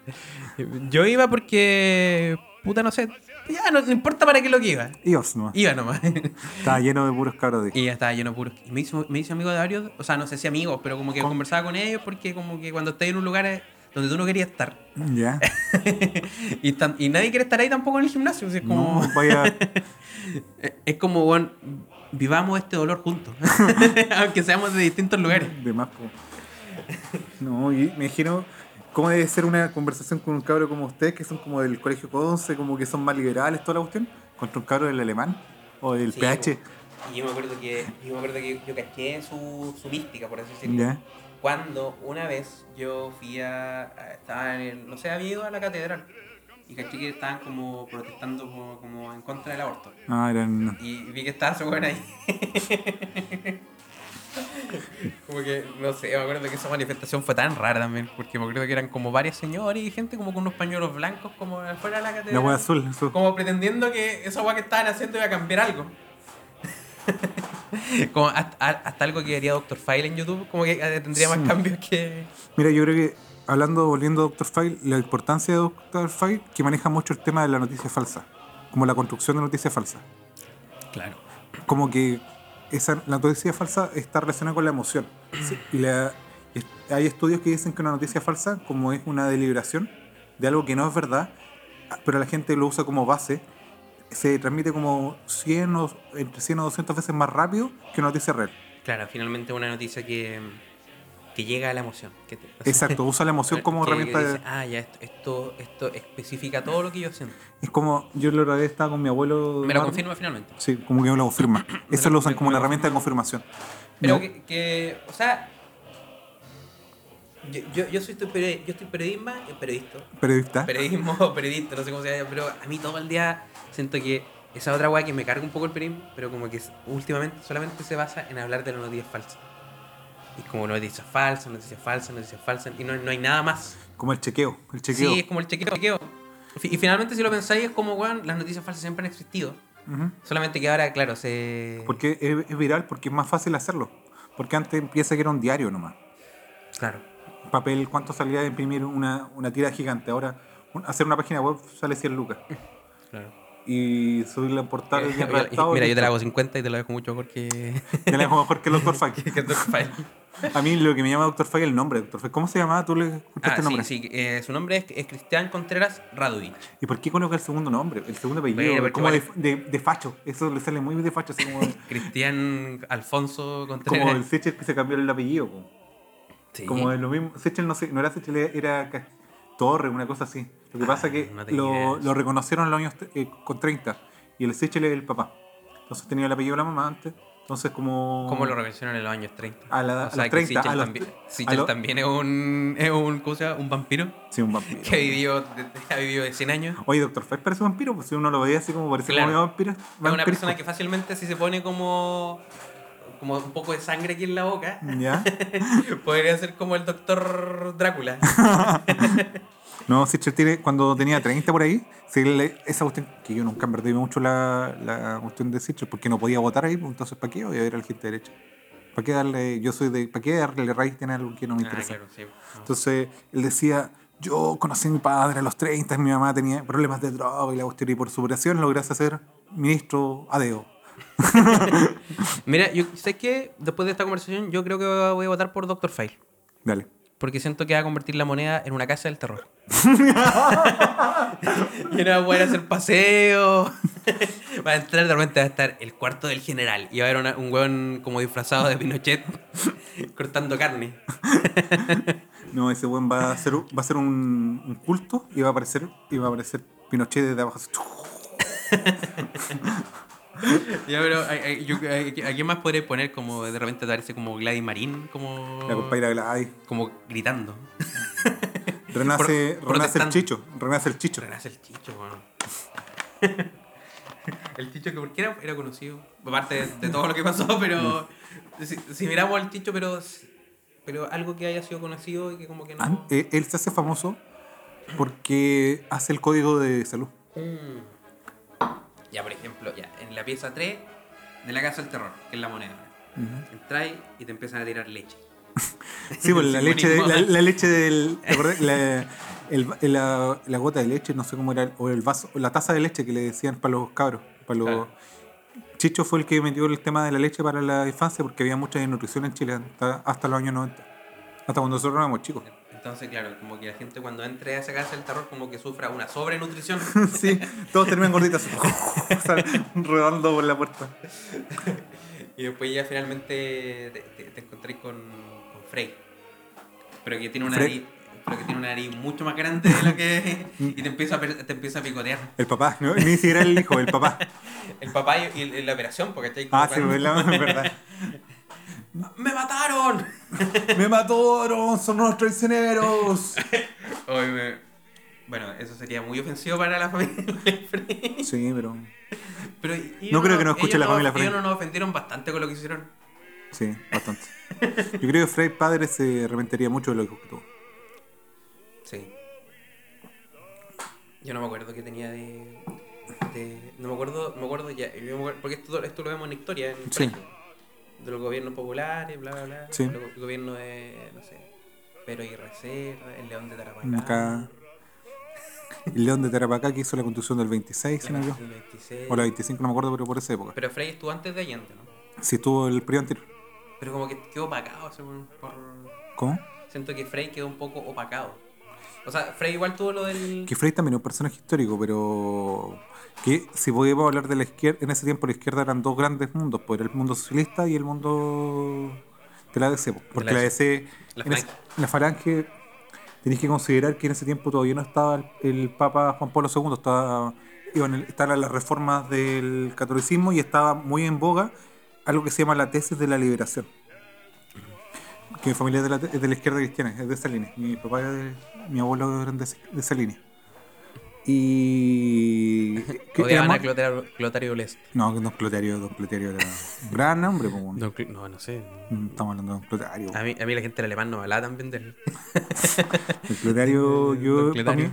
Yo iba porque... Puta, no sé. Ya, no, no importa para qué lo que iba.
Ios nomás.
Iba nomás.
Estaba lleno de puros cabros de.
<laughs> y ya estaba lleno puro. Y me hizo, me hizo amigo de varios, o sea, no sé si amigos, pero como que
Con-
conversaba con ellos porque como que cuando estás en un lugar eh, donde tú no querías estar,
Ya.
y, tam- y nadie quiere estar ahí tampoco en el gimnasio. o sea, es como, <laughs>
No, vaya.
es- es como weón, vivamos este dolor
<laughs>
juntos. <laughs> Aunque seamos de distintos lugares.
De más, po. No, y me imagino cómo debe ser una conversación con un cabro como usted, que son como del colegio Conce, como que son más liberales, toda la cuestión, contra un cabro del alemán o del
Sí,
PH.
Y yo me acuerdo que yo, me acuerdo que yo caché su, su mística, por así decirlo.
¿Ya?
Cuando una vez yo fui a. a- Estaba en el- no sé, había ido a la catedral. Y caché que estaban como protestando como, como en contra del aborto.
Ah, eran.
Y vi que estaba su weón ahí. <laughs> como que, no sé, me acuerdo que esa manifestación fue tan rara también. Porque me acuerdo que eran como varias señores y gente como con unos pañuelos blancos como afuera de la catedral.
La wea azul. azul.
Como pretendiendo que esa weá que estaban haciendo iba a cambiar algo. <laughs> como hasta, a- hasta algo que haría Dr. File en YouTube, como que eh, tendría más
Sí.
cambios que.
Mira, yo creo que hablando, volviendo a Doctor File, la importancia de Doctor File que maneja mucho el tema de la noticia falsa, como la construcción de noticias falsas.
Claro.
Como que esa, la noticia falsa está relacionada con la emoción. Sí, Y la- es- hay estudios que dicen que una noticia falsa, como es una deliberación de algo que no es verdad, ah, pero la gente lo usa como base, se transmite como 100 o entre 100 o 200 veces más rápido que una noticia real.
Claro, finalmente una noticia que, que llega a la emoción. Que te-
Exacto, usa la
<laughs>
emoción como
que- que
herramienta de...
dice, ah, ya, esto, esto, esto especifica todo lo que yo siento.
Es como, yo la otra vez estaba con mi abuelo.
Me lo
Marco.
confirma finalmente.
Sí, como que me lo confirma. Eso
lo-
lo
<clears throat>
usan
me-
como
me
una
lo
herramienta de confirmación.
Pero
No,
que, que, o sea, yo, yo, yo soy tu peri- yo estoy periodisma, periodista, <laughs>
Periodista.
periodismo, periodista, no sé cómo se llama, pero a mí todo el día siento que esa otra weá que me carga un poco el periodismo, pero como que últimamente solamente se basa en hablar de las noticias falsas. Y como noticias falsas, noticias falsas, noticias falsas, y no, no hay nada más.
Como el chequeo. El chequeo.
Sí, es como el chequeo. chequeo. Fi- Y finalmente, si lo pensáis, es como, weón, las noticias falsas siempre han existido.
Ujú.
Solamente que ahora, claro, se.
Porque es, es viral, porque es más fácil hacerlo. Porque antes empieza que era un diario nomás.
Claro.
Papel, ¿cuánto salía de imprimir una, una tira gigante? Ahora, un- hacer una página web sale 100 lucas.
claro.
Y subirla
<laughs>
en portal y en
Mira,
redactado,
yo te
listo.
la hago 50 y te la dejo mucho mejor que.
Te la dejo mejor que el Dr. Fag.
<laughs> que Dr. File.
A mí lo que me llama Dr. Fag es el nombre. Dr. Fag. ¿Cómo se llamaba? ¿Tú le
Ah,
escuchaste el nombre?
sí, sí. eh, su nombre es, es Cristian Contreras Radovich.
¿Y por qué coloca el segundo nombre? El segundo apellido.
Bueno, porque
como de,
vale.
de, de facho. Eso le sale muy de facho. Así
<laughs>
como,
Cristian Alfonso Contreras.
como el Sechel que se cambió el apellido. po.
Sí.
Como es lo mismo. Sechel no, se- no era Sechel, era Ca- Torre, una cosa así. Lo que
Ah,
pasa es que
no tenía idea de
lo,
eso.
lo reconocieron en los años te- eh, con 30. Y el Sechel es el papá. Entonces tenía el apellido de la mamá antes. Entonces como...
¿Cómo lo revolucionaron en los años 30?
A la- a los
que
30,
Sichel
a los-
también,
a
Sichel
los-
también es un. Es un ¿Cómo se llama? Un vampiro.
Sí,
<laughs>
un vampiro.
Que vivió, de- ha vivido de 100 años.
Oye, Doctor Fest parece un vampiro. Pues si uno lo veía así como parece
Claro.
como un vampiro.
Es una persona
vampirisco.
que fácilmente, si se pone como. Como un poco de sangre aquí en la
<laughs>
boca, <laughs>
¿Ya?
podría ser como el doctor
<laughs>
Drácula. Ah,
No, Sitcher tiene, cuando tenía 30 por ahí, se le- esa cuestión, que yo nunca perdí mucho la, la cuestión de Sitcher, porque no podía votar ahí, pues, entonces ¿para qué voy a ver al gente derecha? ¿Para qué darle, yo soy de, ¿para qué darle raíz a algo que no me
Ah,
interesa?
claro, sí.
Entonces, él decía, yo conocí a mi padre a los 30, mi mamá tenía problemas de droga y la cuestión, y por su operación lograste ser ministro adeo.
Mira, yo sé que después de esta conversación, yo creo que voy a votar por Dr. File.
Dale.
Porque siento que va a convertir la moneda en una casa del <laughs> terror. y no va a poder hacer paseo. <laughs> va a entrar de repente, va a estar el cuarto del general. Y va a haber una- un hueón como disfrazado de Pinochet <laughs> cortando carne.
No, ese buen va a ser, va a ser un, un culto y va a aparecer, y va a aparecer Pinochet desde abajo. así,
Ya, pero ¿a, a- yo- a- a- ¿a quién más podría poner como de repente aparece como Gladys Marín? Como,
La compañera Gladys.
como gritando.
Renace,
Pro-
renace el
protestante.
chicho, renace el chicho.
Renace el chicho, weón. <laughs> el chicho que porque era, era conocido. Aparte de, de todo lo que pasó, pero. Si, si miramos al chicho, pero. Pero algo que haya sido conocido y que como que no.
Ah, eh, él se hace famoso porque hace el código de salud.
Mm. Ya, por ejemplo, ya, en la pieza 3 de la Casa del Terror, que es la moneda. Entráis y te empiezan a tirar leche.
Sí, pues la
Sí,
leche, de- la,
buenísimo.
la leche del. ¿te acordás? La, el- la- la gota de leche, no sé cómo era, o el vaso, o la taza de leche que le decían para los cabros. Para los...
Claro.
Chicho fue el que metió el tema de la leche para la infancia porque había mucha desnutrición en Chile hasta, hasta los años 90. Hasta cuando nosotros éramos chicos. <laughs>
Entonces, claro, como que la gente cuando entre a esa casa del terror, como que sufra una sobrenutrición.
sí, todos terminan <laughs> gorditas. salen rodando por la puerta.
Y después ya finalmente te, te, te encontré con, con Frey. Pero que tiene una
Frey-
nariz. pero que tiene una nariz mucho más grande de la
<laughs>
que. Y te empieza a, pe- te empieza a picotear.
El papá, ¿no? Ni siquiera el hijo, el papá.
El papá y, y la operación, porque está ahí como
Ah, sí,
cuando-
es la verdad.
¡Me mataron!
<laughs> ¡Me mataron! ¡Son unos traicioneros!
Ay, me- Bueno, eso sería muy ofensivo para la familia <laughs> Frey.
Sí, pero.
Pero ellos
No creo que no escuche
ellos
la
no-
familia Frey.
Ellos no nos ofendieron bastante con lo que hicieron.
Sí, bastante. Yo creo que Frey padre se arrepentiría mucho de lo que tuvo.
Sí. Yo no me acuerdo que tenía de. de- no me acuerdo, no me acuerdo ya. yo me acuerdo- porque esto, esto lo vemos en historia. En el
Sí.
colegio. De los gobiernos populares, bla, bla, bla.
Sí.
Los- el gobierno de. No sé. Pero y Reserva, el León de Tarapacá.
Acá. El león de Tarapacá que hizo la constitución del 26, si no me
la-
equivoco.
el 26.
O la 25, no me acuerdo, pero por esa época.
Pero Frey estuvo antes de Allende, ¿no?
Si estuvo el periodo anterior.
Pero como que quedó opacado, así, por- por
¿Cómo?
Siento que Frey quedó un poco opacado. O sea, Frey igual tuvo lo del.
Que Frey también es un personaje histórico, pero. Que si podemos hablar de la izquierda, en ese tiempo la izquierda eran dos grandes mundos, pues era el mundo socialista y el mundo de la DC. pues, Porque la,
la
DC.
La
en ese-
falange.
en la falange. Tenéis que considerar que en ese tiempo todavía no estaba el, el Papa Juan Pablo II, estaba, iban el- estaban las reformas del catolicismo y estaba muy en boga algo que se llama la tesis de la liberación. Que mi familia es de la, es de la izquierda cristiana, es de esa línea. Mi papá, era de- mi abuelo eran de, ese- de esa línea. Y. que
Odiaban
era
a
más-
Clotario, Clotario Blest.
No, que Don Clotario, Don Clotario era un gran hombre. como un-
No, Ah. Cl- no, no sé.
Estamos hablando de Don Clotario.
A mí, a mí la gente del alemán no me hablaba tan bien de él.
Don Clotario,
Eh,
yo.
<laughs> don
pa' mí-
Clotario.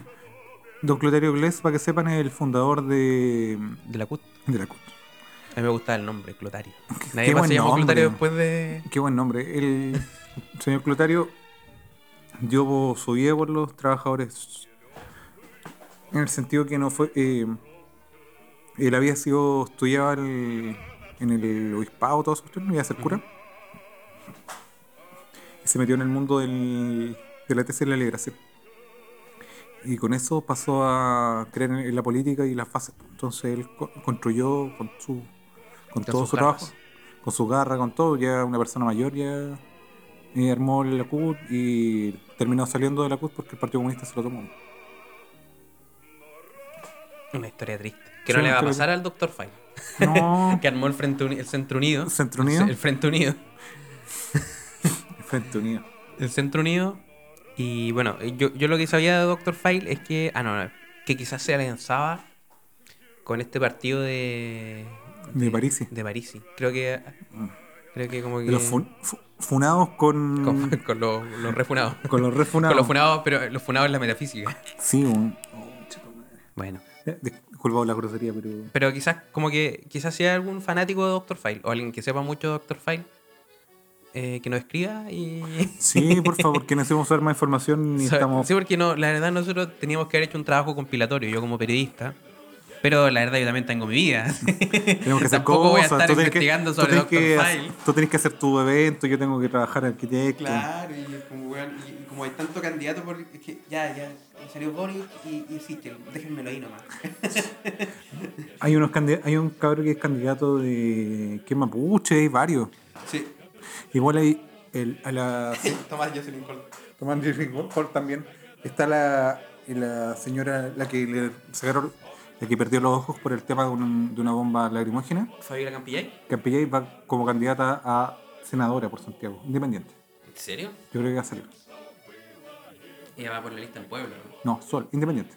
Don Clotario Glés, para que sepan, es el fundador de,
De la CUT.
de la CUT.
A mí me gustaba el nombre, Clotario.
qué
Nadie más
buen
se llamó
nombre.
Clotario después de.
Qué buen nombre. El señor Clotario dio por- su vida por los trabajadores. En el sentido que no fue. eh, él había sido. Estudiaba el- en el obispado, todo eso, no iba a ser cura. Y se metió en el mundo del- de la tesis de la liberación. Y con eso pasó a creer en, en la política y las fases. Entonces él co- construyó con su. Con,
Con
todo
sus
su
garras.
trabajo. Con su garra, con todo. Ya una persona mayor ya. eh, armó la CUT y terminó saliendo de la CUT porque el Partido Comunista se lo tomó.
Una historia triste. Que
Sí,
no le va a
creo
pasar al Dr. Fine.
No,
Que armó el, Frente Uni- el Centro Unido.
Centro Unido.
El Frente Unido.
Frente Unido.
el Centro Unido. Y bueno, yo, yo lo que sabía de Doctor File es que. Ah, no, no, que quizás se alianzaba con este partido de.
De Parisi.
De Parisi. Creo que. Creo que como que.
De los fun- fu- funados con.
con,
Con,
con los, los refunados.
los refunados.
Con los funados, pero los funados en la metafísica.
Sí, un.
Bueno.
Eh, Disculpa por la grosería, pero.
Pero quizás, como que. Quizás sea algún fanático de Doctor File. O alguien que sepa mucho de Doctor File. eh, que nos escriba <laughs> y.
Sí, por favor, que necesitamos saber más información y
Sabe-
estamos.
Sí, porque no, la verdad nosotros teníamos que haber hecho un trabajo compilatorio, yo como periodista. Pero la verdad yo también tengo mi <laughs> vida.
Tenemos que hacer
Tampoco voy a
cosas.
estar
tú tenés que-
investigando
tú
sobre
tenés
Doctor
que
File.
hacer- Tú tenés que hacer tu evento, yo tengo que trabajar
<laughs>
arquitecto.
y como, hay tanto candidato, porque ya, ya, salió Boric y, y déjenmelo ahí nomás.
Hay unos candid- hay un cabrón que es candidato de. que es mapuche, hay varios.
Sí,
Igual hay el, a la.
Tomás Jocelyn Col-
Tomando también. Está la, la señora, la que le sacaron, la que perdió los ojos por el tema de, un- de una bomba lacrimógena.
Fabiola Campillay.
Campillay va como candidata a senadora por Santiago, independiente.
¿En serio?
Yo creo que va a salir.
Ella va por la lista en Puebla. ¿no?
No, Sol, independiente.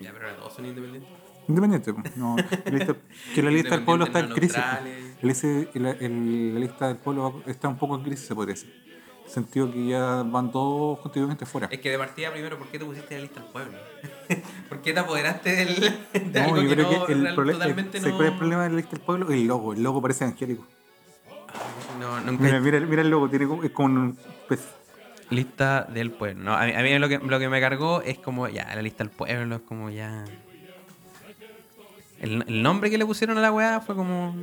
Ya, pero ahora todos son independientes.
Independiente, po. no, la lista- que la lista del pueblo está en crisis.
Neutrales.
El ese- el- el- la lista del pueblo va- está un poco en crisis, se podría decir. En el sentido que ya van todos constituyentes fuera.
Es que de partida primero, ¿por qué te pusiste en la lista del pueblo? <laughs> ¿Por qué te apoderaste del, de
No,
algo
yo
que
creo
no,
que el
real-
prole-
totalmente
el- ¿sabes
no...
cuál es el problema de la lista del pueblo? El logo, el logo parece angélico.
No, nunca
Mira, mira, mira el logo, tiene como, es pues, como un pez.
Lista del pueblo. No, a mí, a mí lo, que, lo que me cargó es como ya, la lista del pueblo es como ya... El, el nombre que le pusieron a la weá fue como...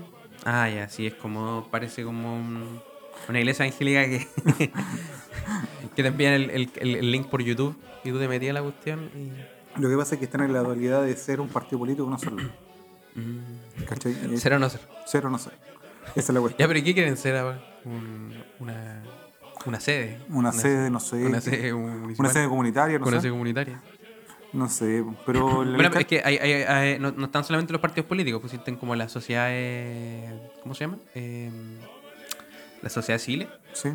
Ah, ya, sí, es como... Parece como un- una iglesia angélica que... <laughs> que te envían el, el- el- el link por YouTube y tú te metías a la cuestión y...
Lo que pasa es que están en la dualidad de ser un partido político o no serlo. ¿Cachai? Eh,
Mm. Ser o no ser.
Cero no ser. Esa es la cuestión.
Ya, pero ¿y qué quieren ser ahora? Un- una... Una sede.
Una sede, no sé.
Una sede municipal.
Una sede comunitaria, no
Una sede
sé.
comunitaria.
No sé, pero... la
Bueno,
lista-
es que hay- hay- hay- no, no están solamente los partidos políticos, pues existen como las sociedades. ¿Cómo se llama? Eh, la sociedad civil.
Sí.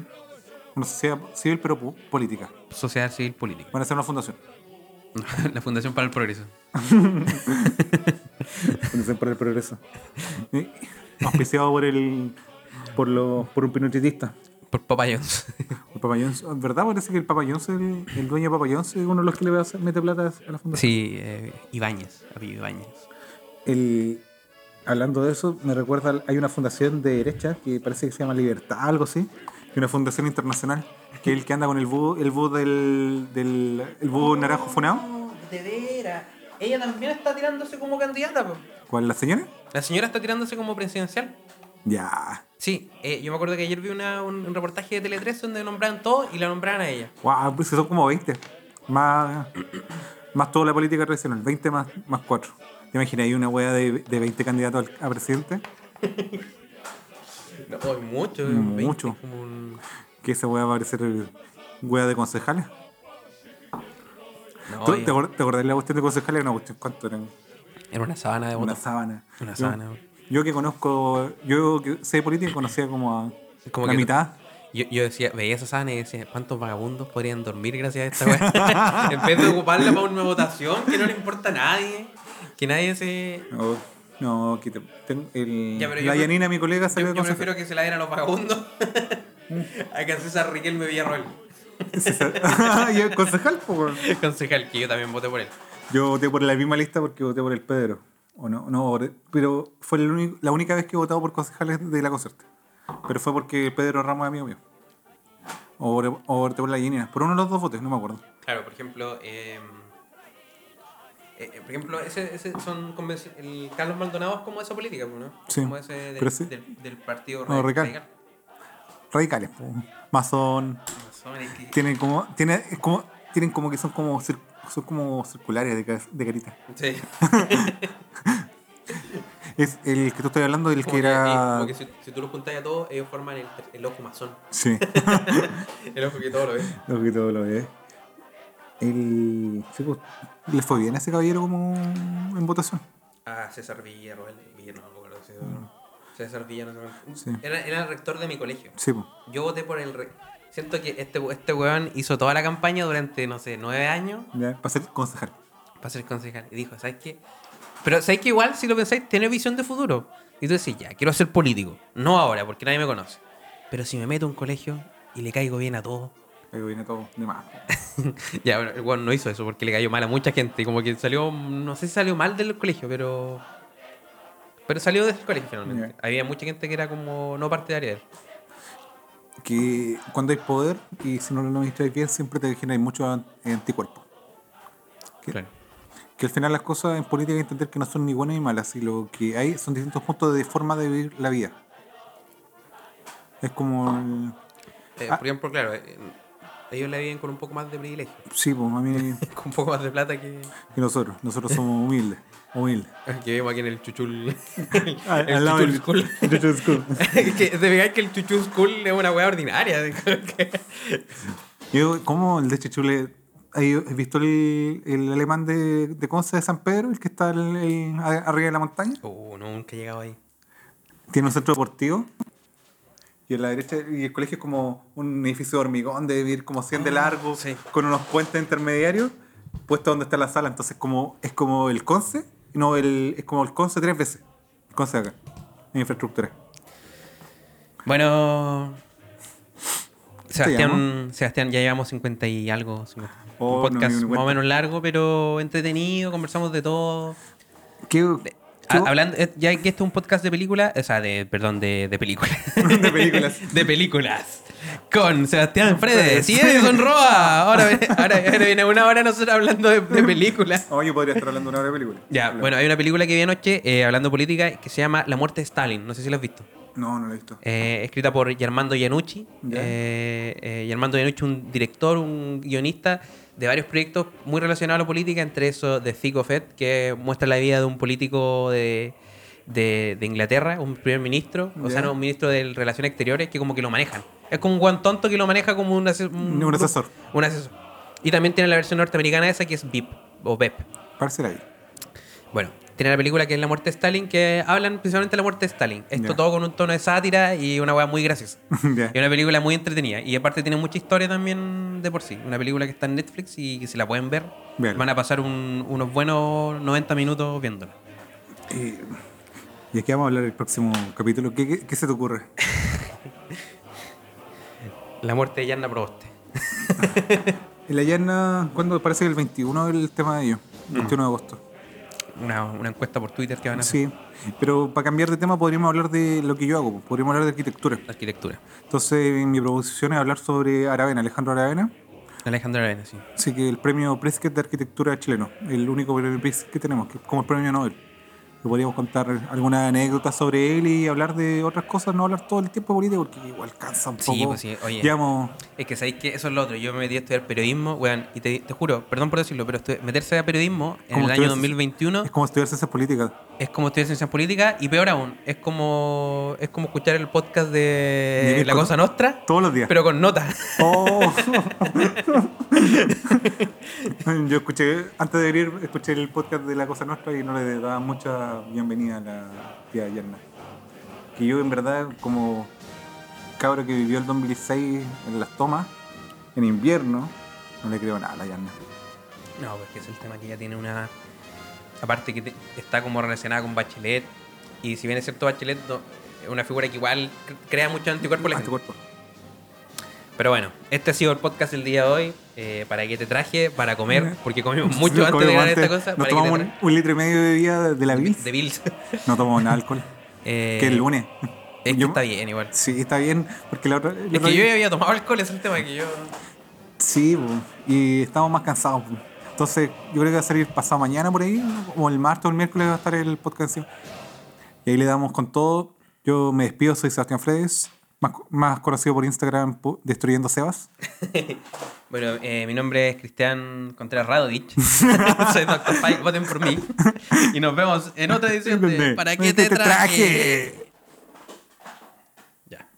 Una sociedad civil pero pu- política.
Sociedad civil política. <laughs>
Van a ser una fundación.
la Fundación para el Progreso.
Fundación para el Progreso. ¿Sí? Auspiciado por el... Por, los por un pinochetista.
Por Papa Jones.
El Papa Jones- en verdad parece que el Papa Jones, el, el dueño de Papa Jones, es uno de los que le va a hacer, mete plata a la
<laughs>
fundación.
sí, eh, Ibáñez. apellido Ibáñez.
El, hablando de eso, me recuerda, al- hay una fundación de derecha que parece que se llama Libertad, algo así, y una fundación internacional, que es el que anda con el búho, el búho del, del el búho naranjo funado.
De veras. Ella también está tirándose como candidata.
¿Cuál la señora?
La señora está tirándose como presidencial.
Ya.
Sí, eh, yo me acuerdo que ayer vi una- un, un reportaje de Tele 13 donde nombraban todo y la nombraban a ella.
Wow, pues son como 20. Más, más toda la política tradicional, 20 más, más 4. ¿Te imaginas ahí una wea de, de 20 candidatos al- a presidente?
No, oh, mucho,
Mm, Mucho.
20, es como un-
Que esa wea va a parecer wea de concejales.
No,
¿Tú-
oye,
¿Te, acor- te acordás de la cuestión de concejales? Una cuestión, ¿cuánto eran?
Era una sábana de
Una
votos.
sábana.
Una
Yo-
sábana.
Yo que conozco, yo que sé de política conocía como a
Como
la
que-
mitad.
Yo, yo decía, veía esa sábana y decía, ¿cuántos vagabundos podrían dormir gracias a esta weá?
<laughs>
en vez de ocuparla para una votación que no le importa a nadie. Que nadie se.
No, no, que te- ten- el-
Ya, pero yo
la
pre-
Yanina, mi colega, salió
Yo,
de
yo
concejal.
prefiero que se la den a los vagabundos <laughs> a que a César Riquelme
<laughs>
Villarroel,
César. y el concejal, <laughs> po, weón.
concejal, que yo también voté por él.
Yo voté por la misma lista porque voté por el Pedro. O no, no, por- pero fue el único- la única vez que he votado por concejales de la concerta. Pero fue porque el Pedro Ramos es amigo mío. O, voté- o voté por la Yanina. Por uno de los dos votos, no me acuerdo.
Claro, por ejemplo, eh, eh, por ejemplo, ese, ese son convenci- el Carlos Maldonado es como esa política, pues, ¿no?
Sí,
Como ese del,
pero sí.
del, del partido ra-
No, radical. Radicales, po. Masón.
Masón, es que-
Tienen como, tienen, es como, tienen como que son como, cir- son como circulares de, ca- de carita.
Sí.
Es el que tú estás hablando, el
Como
que
que, eh,
era.
como que si, si tú los juntas a todos, ellos forman el, ter- el ojo masón.
Sí, <laughs>
El ojo que todo lo ve.
lo que todo lo ve. El. sí, pues, ¿Le fue bien a ese caballero como en votación?
Ah, César Villa, Robert Villa, no me acuerdo. si- César Villa, no sé. cuánto.
Mm. Sí.
Era, era el rector de mi colegio.
Sí, pues.
Yo voté por el re- Siento que este, este weón hizo toda la campaña durante, no sé, nueve años
Ya, Para ser concejal.
para ser concejal. Y dijo, ¿sabes qué? Pero ¿sabes qué? Igual, si lo pensáis, tiene visión de futuro. Y tú decís, ya, quiero ser político. No ahora, porque nadie me conoce. Pero si me meto a un colegio y le caigo bien a todos. <laughs>
Pero viene todo de más.
ya, bueno, el weón no hizo eso porque le cayó mal a mucha gente. Como que salió, no sé si salió mal del colegio, pero... Pero salió del colegio finalmente.
Ya.
Había mucha gente que era como no partidaria de él.
Que cuando hay poder y si no lo administráis bien, siempre te generan muchos an- anticuerpos. ¿Qué?
Claro.
Que al final las cosas en política hay que entender que no son ni buenas ni malas, y lo que hay son distintos puntos de forma de vivir la vida. Es como el-
Eh,
Ah.
Por ejemplo, claro, eh, ellos la viven con un poco más de privilegio, <laughs>
Sí, pues a mí
con un poco más de plata que,
y nosotros. Nosotros somos humildes. <laughs> Humildes.
que vemos aquí en el Chuchul.
Al-
el
Ah, al lado
Chuchul
del-
School.
Chuchul School.
<laughs> que, de verdad que el Chuchul School es una weá ordinaria.
<laughs>
<laughs>
Yo, ¿cómo el de Chichule? ¿Has visto el, el alemán de, de Conce de San Pedro, el que está el- el- a- arriba de la montaña?
uh, no, nunca he llegado ahí.
Tiene un centro deportivo. Y en la derecha, y el colegio es como un edificio de hormigón, de vivir como 100 de
Ah,
largo,
sí.
con unos puentes intermediarios, puesto donde está la sala. Entonces como, es como el Conce, no, el, es como el Conce tres veces. El Conce de acá, en infraestructura.
Bueno. Sebastián,
llamo?
Sebastián, ya llevamos 50 y algo. 50.
Oh,
un
no me
podcast
di
más
cuenta.
o menos largo, pero entretenido, conversamos de todo.
¿Qué,
Ha- hablando, eh, ya que este es un podcast de películas, o sea, de, perdón, de, de películas.
<laughs> de
<laughs>
películas.
de películas. Con Sebastián Fredes y Edison Roa. Ahora, ve- ahora, ahora viene una hora nosotros hablando de, de películas.
Oh, yo podría estar hablando una hora de película.
Ya, bueno, hay una película que vi anoche eh, hablando de política que se llama La muerte de Stalin. No sé si la has visto.
No, no lo he visto.
Eh, escrita por Germando Iannucci.
Ya.
Eh, eh, Germando Iannucci, un director, un guionista de varios proyectos muy relacionados a la política, entre esos The Thick of It, que muestra la vida de un político de, de, de Inglaterra, un primer ministro, o sea,
Ya.
no, un ministro de Relaciones Exteriores, que como que lo manejan. Es como un guan tonto que lo maneja como un, ases-
Un
grupo-
asesor.
Un asesor. Y también tiene la versión norteamericana esa que es VIP o BEP.
Parece ahí.
Bueno, tiene la película que es La muerte de Stalin, que hablan principalmente de la muerte de Stalin. Esto
Ya.
todo con un tono de sátira y una weá muy graciosa.
<laughs> Ya.
Es una película muy entretenida. Y aparte tiene mucha historia también de por sí. Una película que está en Netflix y que si la pueden ver,
Bien.
van a pasar un- unos buenos 90 minutos viéndola.
Eh, ¿Y aquí vamos a hablar el próximo capítulo? ¿Qué, qué- qué se te ocurre?
La muerte de Yanna Proboste.
En la llana, ¿cuándo? Parece que el 21 es el tema de ellos. 21 de agosto.
Una, una encuesta por Twitter que van a hacer.
Sí. Pero para cambiar de tema podríamos hablar de lo que yo hago. pues, Podríamos hablar de arquitectura.
Arquitectura.
Entonces mi proposición es hablar sobre Aravena, Alejandro Aravena.
Alejandra Arena, sí.
Así que el premio Pritzker de arquitectura chileno. El único premio Pritzker que tenemos, que es como el premio Nobel. Que podríamos contar alguna anécdota sobre él y hablar de otras cosas, no hablar todo el tiempo de política, porque igual cansa un
Sí,
poco.
pues sí, oye.
Digamos,
Es que sabéis que eso es lo otro. Yo me metí a estudiar periodismo, weón. Y te, te juro, perdón por decirlo, pero estu- meterse a periodismo en
Como
el año
estudiar-
2021
es como estudiar ciencias políticas.
Es como estudiar ciencias políticas y peor aún, es como es como escuchar el podcast
Ni
de
que
La
con-
Cosa Nostra,
Todos los días.
pero con notas.
Oh. <laughs> Yo escuché, antes de venir, escuché el podcast de La Cosa Nostra y no le daba mucha bienvenida a la tía Yerna. Que yo, en verdad, como cabro que vivió el 2006 en las tomas, en invierno, no le creo nada a la Yerna.
<laughs> No, porque es el tema que ya tiene una... Aparte que te- está como relacionada con Bachelet y si bien es cierto Bachelet no- es una figura que igual cre- crea mucho anticuerpo. en la
A tu
gente.
cuerpo.
Pero bueno, este ha sido el podcast del día de hoy. eh, ¿Para qué te traje? Para comer, porque
<laughs>
comimos mucho
Nos
antes de
comimos
grabar esta
antes,
cosa.
Nos
¿Para qué te
tomamos un, un litro y medio de bebida de la
traje?
Bills.
De Bills.
No tomamos nada de alcohol.
Eh,
que el lunes.
Es que
Yo-
está bien igual.
Sí, está bien. Porque la otra.
Es que yo ya había tomado alcohol, es el tema que yo...
Sí, po. y estamos más cansados. po. Entonces, yo creo que va a salir pasado mañana por ahí, o el martes o el miércoles va a estar el podcast. encima. Y ahí le damos con todo. Yo me despido, soy Sebastián Fredes, más, más conocido por Instagram po- Destruyendo Sebas.
Bueno, eh, mi nombre es Cristian Contreras Radovich. <laughs> Soy Dr. Pike, voten por mí. Y nos vemos en otra edición de ¿Para qué te traje? Ya.